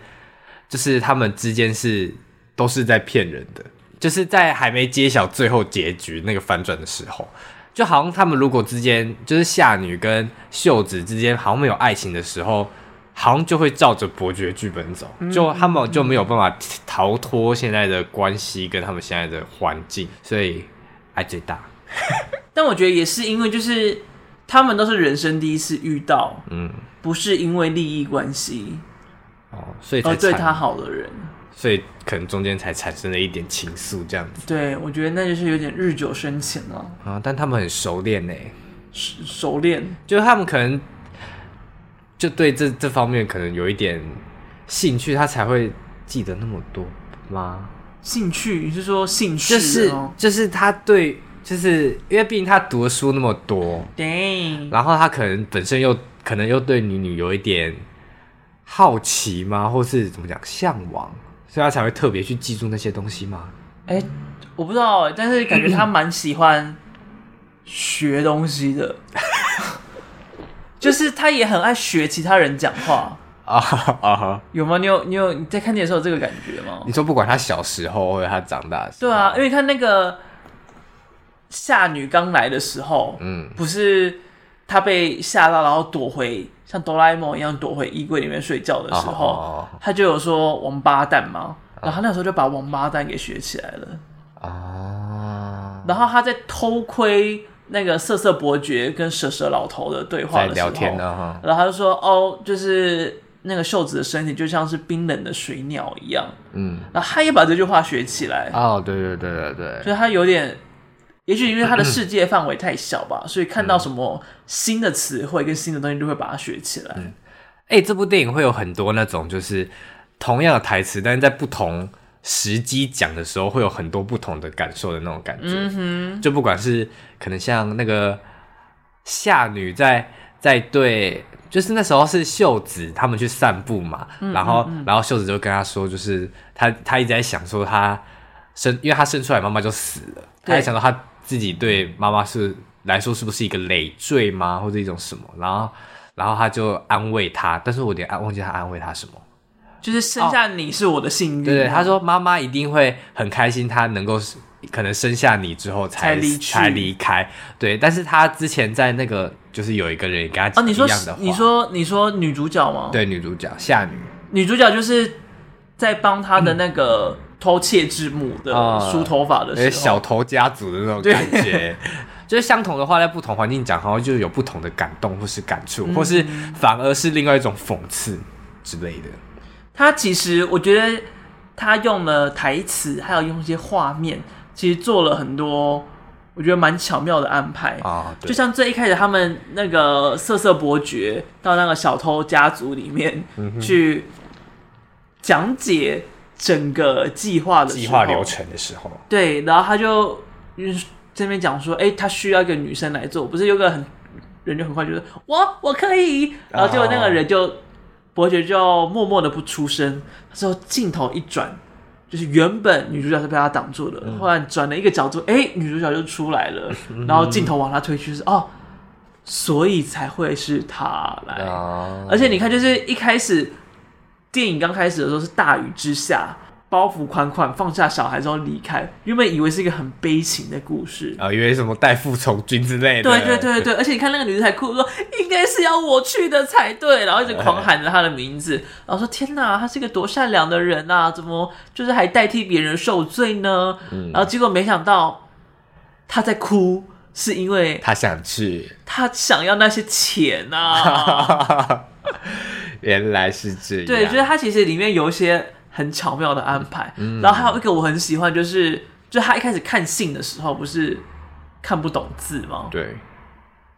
B: 就是他们之间是都是在骗人的，就是在还没揭晓最后结局那个反转的时候。就好像他们如果之间就是夏女跟秀子之间好像没有爱情的时候，好像就会照着伯爵剧本走，就他们就没有办法逃脱现在的关系跟他们现在的环境，所以爱最大。
A: 但我觉得也是因为就是他们都是人生第一次遇到，
B: 嗯，
A: 不是因为利益关系
B: 哦，所以才
A: 而对
B: 产
A: 他，好的人。
B: 所以可能中间才产生了一点情愫这样子
A: 对，我觉得那就是有点日久生情了，
B: 啊。但他们很熟练呢，
A: 熟熟练。
B: 就是他们可能就对这这方面可能有一点兴趣，他才会记得那么多吗？
A: 兴趣，你是说兴趣？
B: 就是
A: 哦、
B: 就是他对，就是因为毕竟他读的书那么多，
A: 对，
B: 然后他可能本身又可能又对女女有一点好奇吗？或是怎么讲向往，所以他才会特别去记住那些东西吗？
A: 哎、我不知道、哎，但是感觉他蛮喜欢学东西 的，就是他也很爱学其他人讲话，
B: 啊哈啊哈！
A: 有吗？你有你有你在看电影的时候有这个感觉吗？
B: 你说不管他小时候或者他长大的时候，
A: 对啊，因为你看那个夏女刚来的时候，
B: 嗯，
A: 不是她被吓到，然后躲回像哆啦 A 梦一样躲回衣柜里面睡觉啊的时候，
B: 哦
A: 她就有说“王八蛋”嘛，然后她那时候就把“王八蛋”给学起来了。
B: 啊，
A: 然后她在偷窥那个瑟瑟伯爵跟蛇蛇老头的对话
B: 在
A: 的时候，
B: 聊天呢哈，
A: 然后他就说：“哦，就是那个秀子的身体就像是冰冷的水鸟一样。”
B: 嗯，
A: 然后他也把这句话学起来。
B: 哦，对对对对对，
A: 所以他有点，也许因为他的世界范围太小
B: 嗯
A: 吧，所以看到什么新的词汇跟新的东西，就会把它学起来。
B: 哎、这部电影会有很多那种就是同样的台词，但是在不同时机讲的时候，会有很多不同的感受的那种感觉，
A: 嗯
B: 就不管是可能像那个夏女在在对，就是那时候是秀子他们去散步嘛，
A: 嗯
B: 然后、然后秀子就跟她说，就是她她一直在想说她生，因为她生出来妈妈就死了，她
A: 对
B: 在想到她自己对妈妈是来说是不是一个累赘吗，或者一种什么，然后然后她就安慰她，但是我有点安忘记她安慰她什么。
A: 哼，就是生下你是我的幸运。
B: 对对，他说妈妈一定会很开心，她能够可能生下你之后才
A: 才离去
B: 才离开。对，但是他之前在那个就是有一个人也跟他
A: 哦，
B: 讲一
A: 你说
B: 样的话，
A: 你说你说女主角吗？，
B: 对女主角夏女，
A: 女主角就是在帮她的那个偷窃之母的
B: 嗯啊
A: 梳头发的时候，
B: 小头家族的那种感 觉。就是相同的话，在不同环境讲，好像就有不同的感动或是感触，
A: 嗯
B: 或是反而是另外一种讽刺之类的。
A: 他其实我觉得他用了台词，还有用一些画面，其实做了很多我觉得蛮巧妙的安排。
B: 啊，对
A: 就像最一开始他们那个瑟瑟伯爵到那个小偷家族里面
B: 嗯
A: 去讲解整个计划的时候
B: 计划流，程的时候，
A: 对，然后他就这边讲说，哎、他需要一个女生来做，不是有个很人就很快就啊说我我可以，然后结果那个人就、伯爵就默默的不出声，之后镜头一转。就是原本女主角是被他挡住的，忽然转了一个角度，哎、女主角就出来了，然后镜头往他推去是哦，所以才会是他来。
B: 啊，
A: 而且你看，就是一开始电影刚开始的时候是大雨之下，包袱款款放下小孩之后离开，原本以为是一个很悲情的故事。
B: 啊，因为什么代父从军之类的，
A: 对对对对，而且你看那个女的还哭说应该是要我去的才对，然后一直狂喊着她的名字，然后说天哪，她是一个多善良的人啊，怎么就是还代替别人受罪呢？然后结果没想到她在哭，是因为
B: 他想去，
A: 她想要那些钱 啊。
B: 原来是这样，
A: 对，就是它其实里面有一些很巧妙的安排，然后还有一个我很喜欢，就是就他一开始看信的时候不是看不懂字吗？
B: 对，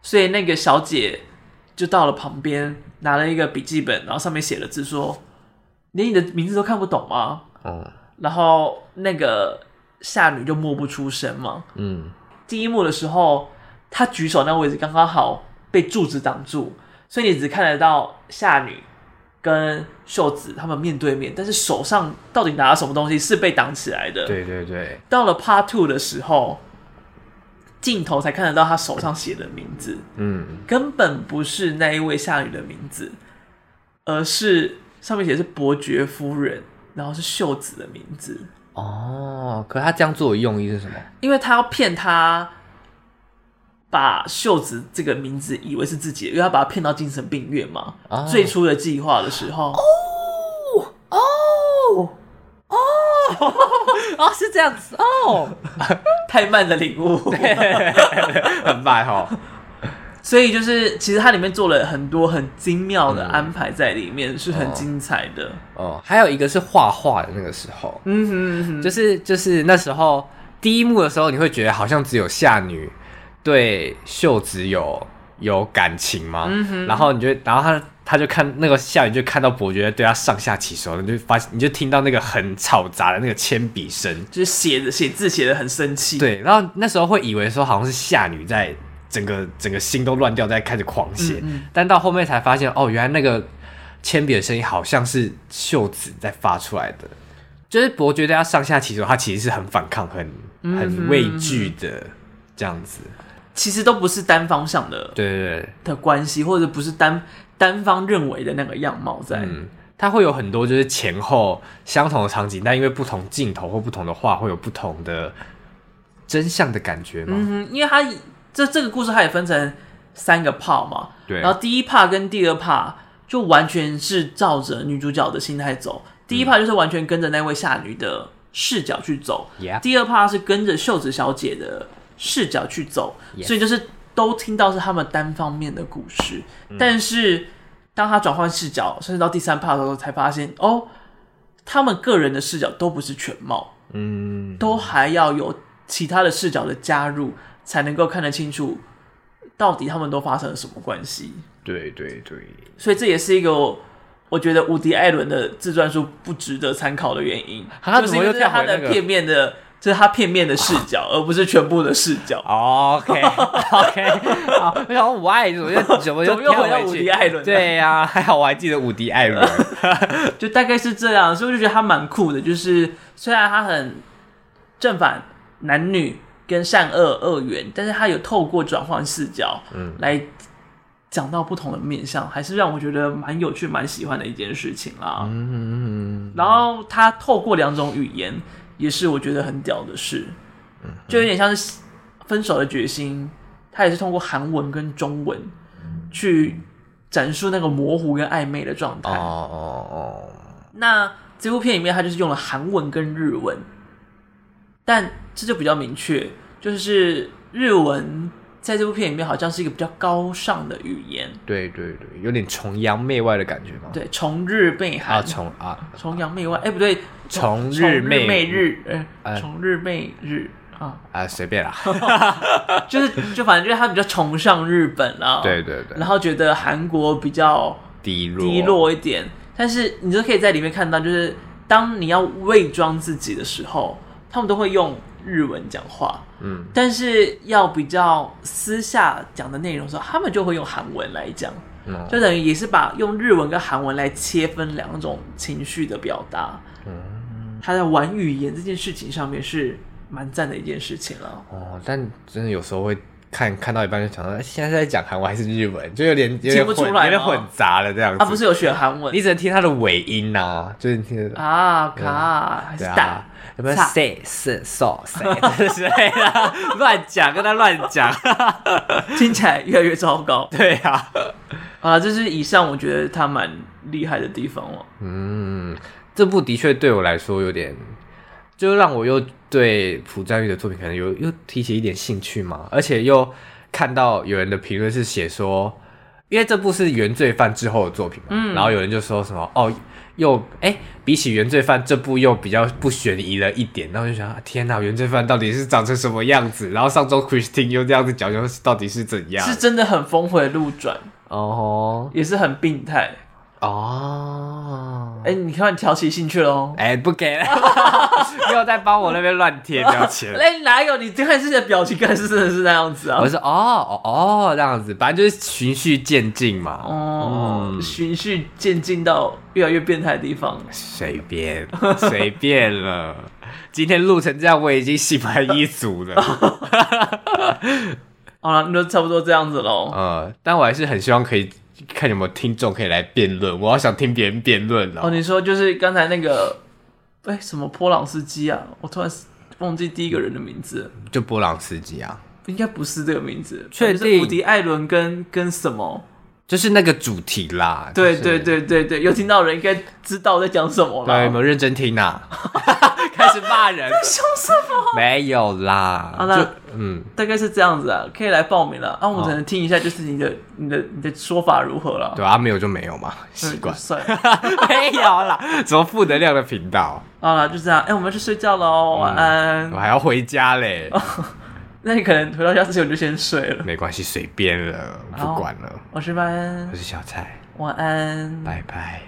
A: 所以那个小姐就到了旁边拿了一个笔记本，然后上面写了字说：“连你的名字都看不懂吗
B: 嗯？”
A: 然后那个夏女就默不出声嘛。
B: 嗯，
A: 第一幕的时候，她举手那位置刚刚好被柱子挡住，所以你只看得到夏女跟秀子他们面对面，但是手上到底拿了什么东西是被挡起来的。，
B: 对对对，
A: 到了 Part Two 的时候，镜头才看得到她手上写的名字，
B: 嗯，
A: 根本不是那一位夏女的名字，而是上面写的是伯爵夫人，然后是秀子的名字。
B: 哦，可他这样做的用意是什么？
A: 因为他要骗他，把秀子这个名字以为是自己的，因为他把他骗到精神病院嘛。
B: 哦
A: 最初的计划的时候，哦
B: 哦，
A: 哦， 是这样子 哦，太慢的领悟。
B: 很慢哦，
A: 所以就是，其实它里面做了很多很精妙的安排在里面，是很精彩的。
B: 哦，还有一个是画画的那个时候，
A: 嗯哼嗯哼，
B: 就是就是那时候第一幕的时候，你会觉得好像只有夏女对秀子有有感情嘛，然后你就然后他他就看那个夏女就看到伯爵对他上下其手，你就发你就听到那个很吵杂的那个铅笔声，
A: 就是写着写字写的很生气。，
B: 对，然后那时候会以为说好像是夏女在整个整个心都乱掉，在开始狂写，
A: 嗯
B: 但到后面才发现哦，原来那个铅笔的声音好像是秀子在发出来的，就是伯爵对他上下其手，他其实是很反抗、很
A: 嗯
B: 很畏惧的这样子。
A: 其实都不是单方向的
B: 对对对，
A: 的关系，或者不是单单方认为的那个样貌在。
B: 嗯，它会有很多就是前后相同的场景，但因为不同镜头或不同的话，会有不同的真相的感觉嘛。
A: 嗯，因为它这这个故事它也分成三个 part 嘛，
B: 对，
A: 然后第一 part 跟第二 part 就完全是照着女主角的心态走，第
B: 嗯
A: 一 part 就是完全跟着那位夏女的视角去走
B: Yeah
A: 第二 part 是跟着秀子小姐的视角去走
B: Yes
A: 所以就是都听到是他们单方面的故事，
B: 嗯
A: 但是当他转换视角，甚至到第三 part 的时候，才发现哦，他们个人的视角都不是全貌，
B: 嗯，
A: 都还要有其他的视角的加入，才能够看得清楚到底他们都发生了什么关系。
B: 对对对。
A: 所以这也是一个我我觉得伍迪·艾伦的自传书不值得参考的原因，
B: 啊
A: 就是
B: 怎
A: 因
B: 么
A: 为
B: 又
A: 这是他
B: 跳回那
A: 的
B: 个
A: 片面的，这、是他片面的视角，而不是全部的视角。
B: OK OK，好，我想说我爱怎么 又怎么
A: 怎
B: 又
A: 么又
B: 跳
A: 回到
B: 去
A: 伍迪艾伦
B: 对呀、还好我还记得伍迪艾 伦。
A: 就大概是这样，所以我就觉得他蛮酷的。就是虽然他很正反男女跟善恶二元，但是他有透过转换视角，嗯，来讲到不同的面相，还是让我觉得蛮有趣、蛮喜欢的一件事情啦。
B: 嗯，
A: 然后他透过两种语言，也是我觉得很屌的事，就有点像是《分手的决心》，他也是通过韩文跟中文去展述那个模糊跟暧昧的状态。
B: 哦哦哦，
A: 那这部片里面它就是用了韩文跟日文，但这就比较明确，就是日文在这部片里面好像是一个比较高尚的语言，
B: 对对对，有点崇洋媚外的感觉嘛。
A: 对，崇日媚韩，
B: 啊，崇啊，
A: 崇洋媚外，哎、不对，
B: 崇
A: 崇
B: 日
A: 日
B: 媚
A: 媚
B: 日
A: 日，呃，
B: 呃
A: 崇日媚日啊，
B: 啊，随便 啦。
A: 就是就反正就是他比较崇尚日本啦，
B: 对对对，
A: 然后觉得韩国比较
B: 低落
A: 低落一点，但是你就可以在里面看到，就是当你要伪装自己的时候，他们都会用日文讲话，
B: 嗯，
A: 但是要比较私下讲的内容的时候，他们就会用韩文来讲，
B: 嗯
A: 就等于也是把用日文跟韩文来切分两种情绪的表达。嗯，他在玩语言这件事情上面是蛮赞的一件事情了。
B: 哦，但真的有时候会看看到一半就想到，哎现在是在讲韩文还是日文，就有点有
A: 听
B: 点
A: 不
B: 混
A: 出来
B: 有点
A: 吗
B: 混杂了这样子。
A: 他不是，有学韩文
B: 你只能听它的尾音呐，就是你听得到。
A: 啊？卡还是
B: 对
A: 打
B: 啊？，有没有
A: 炸
B: say s so say 之类的，乱讲，跟他乱讲。
A: 听起来越来越糟糕。
B: 对啊，
A: 啊，这是以上我觉得他蛮厉害的地方哦。
B: 嗯，这部的确对我来说有点，就让我又对朴赞玉的作品可能有又提起一点兴趣嘛，而且又看到有人的评论是写说，因为这部是原罪犯之后的作品嘛，
A: 嗯
B: 然后有人就说什么哦，又哎、比起原罪犯这部又比较不悬疑了一点，然后我就想啊天哪，原罪犯到底是长成什么样子？然后上周 Christine 又这样子讲，又是到底是怎样
A: 是？真的很峰回路转，
B: 哦
A: 也是很病态。
B: 哦，
A: 哎、你看你挑起兴趣喽。
B: 哎、不给了， 没有在帮我那边乱贴标 签。
A: 哎、哪有？你最开始的表情看是真的是那样子啊
B: 我？是哦哦哦这样子，反正就是循序渐进嘛，
A: 哦，
B: 嗯
A: 循序渐进到越来越变态的地方。
B: 随 便随便了。今天录成这样，我已经心满意足 了。
A: 好了，那就差不多这样子喽。
B: 呃，但我还是很希望可以看有没有听众可以来辩论，我要想听别人辩论
A: 哦，
B: 了。
A: 你说就是刚才那个，哎、什么波朗斯基啊？我突然忘记第一个人的名字了，
B: 就波朗斯基啊，
A: 应该不是这个名字，哦
B: 确
A: 就是
B: 定
A: 伍迪·艾伦跟跟什么？
B: 就是那个主题啦。
A: 对
B: 就是
A: 对对对对，有听到的人应该知道我在讲什么
B: 对，有没
A: 了。
B: 有认真 听呐、开始骂人，
A: 凶什么？
B: 没有啦。
A: 好啦
B: 就嗯，
A: 大概是这样子啊，可以来报名了。啊，我们只能听一下，就是你的、你的、你的说法如何了。
B: 对啊，没有就没有嘛，
A: 嗯，
B: 习惯
A: 就。算了。
B: 嗯没有啦，什么负能量的频道？
A: 好了，就这样。哎、我们要去睡觉
B: 嗯
A: 喽，晚安。
B: 我还要回家嘞，
A: 那你可能回到家之前我就先睡了。
B: 没关系，随便了，我不管了。
A: 我是班
B: 我，是小蔡，
A: 晚安。
B: 拜拜。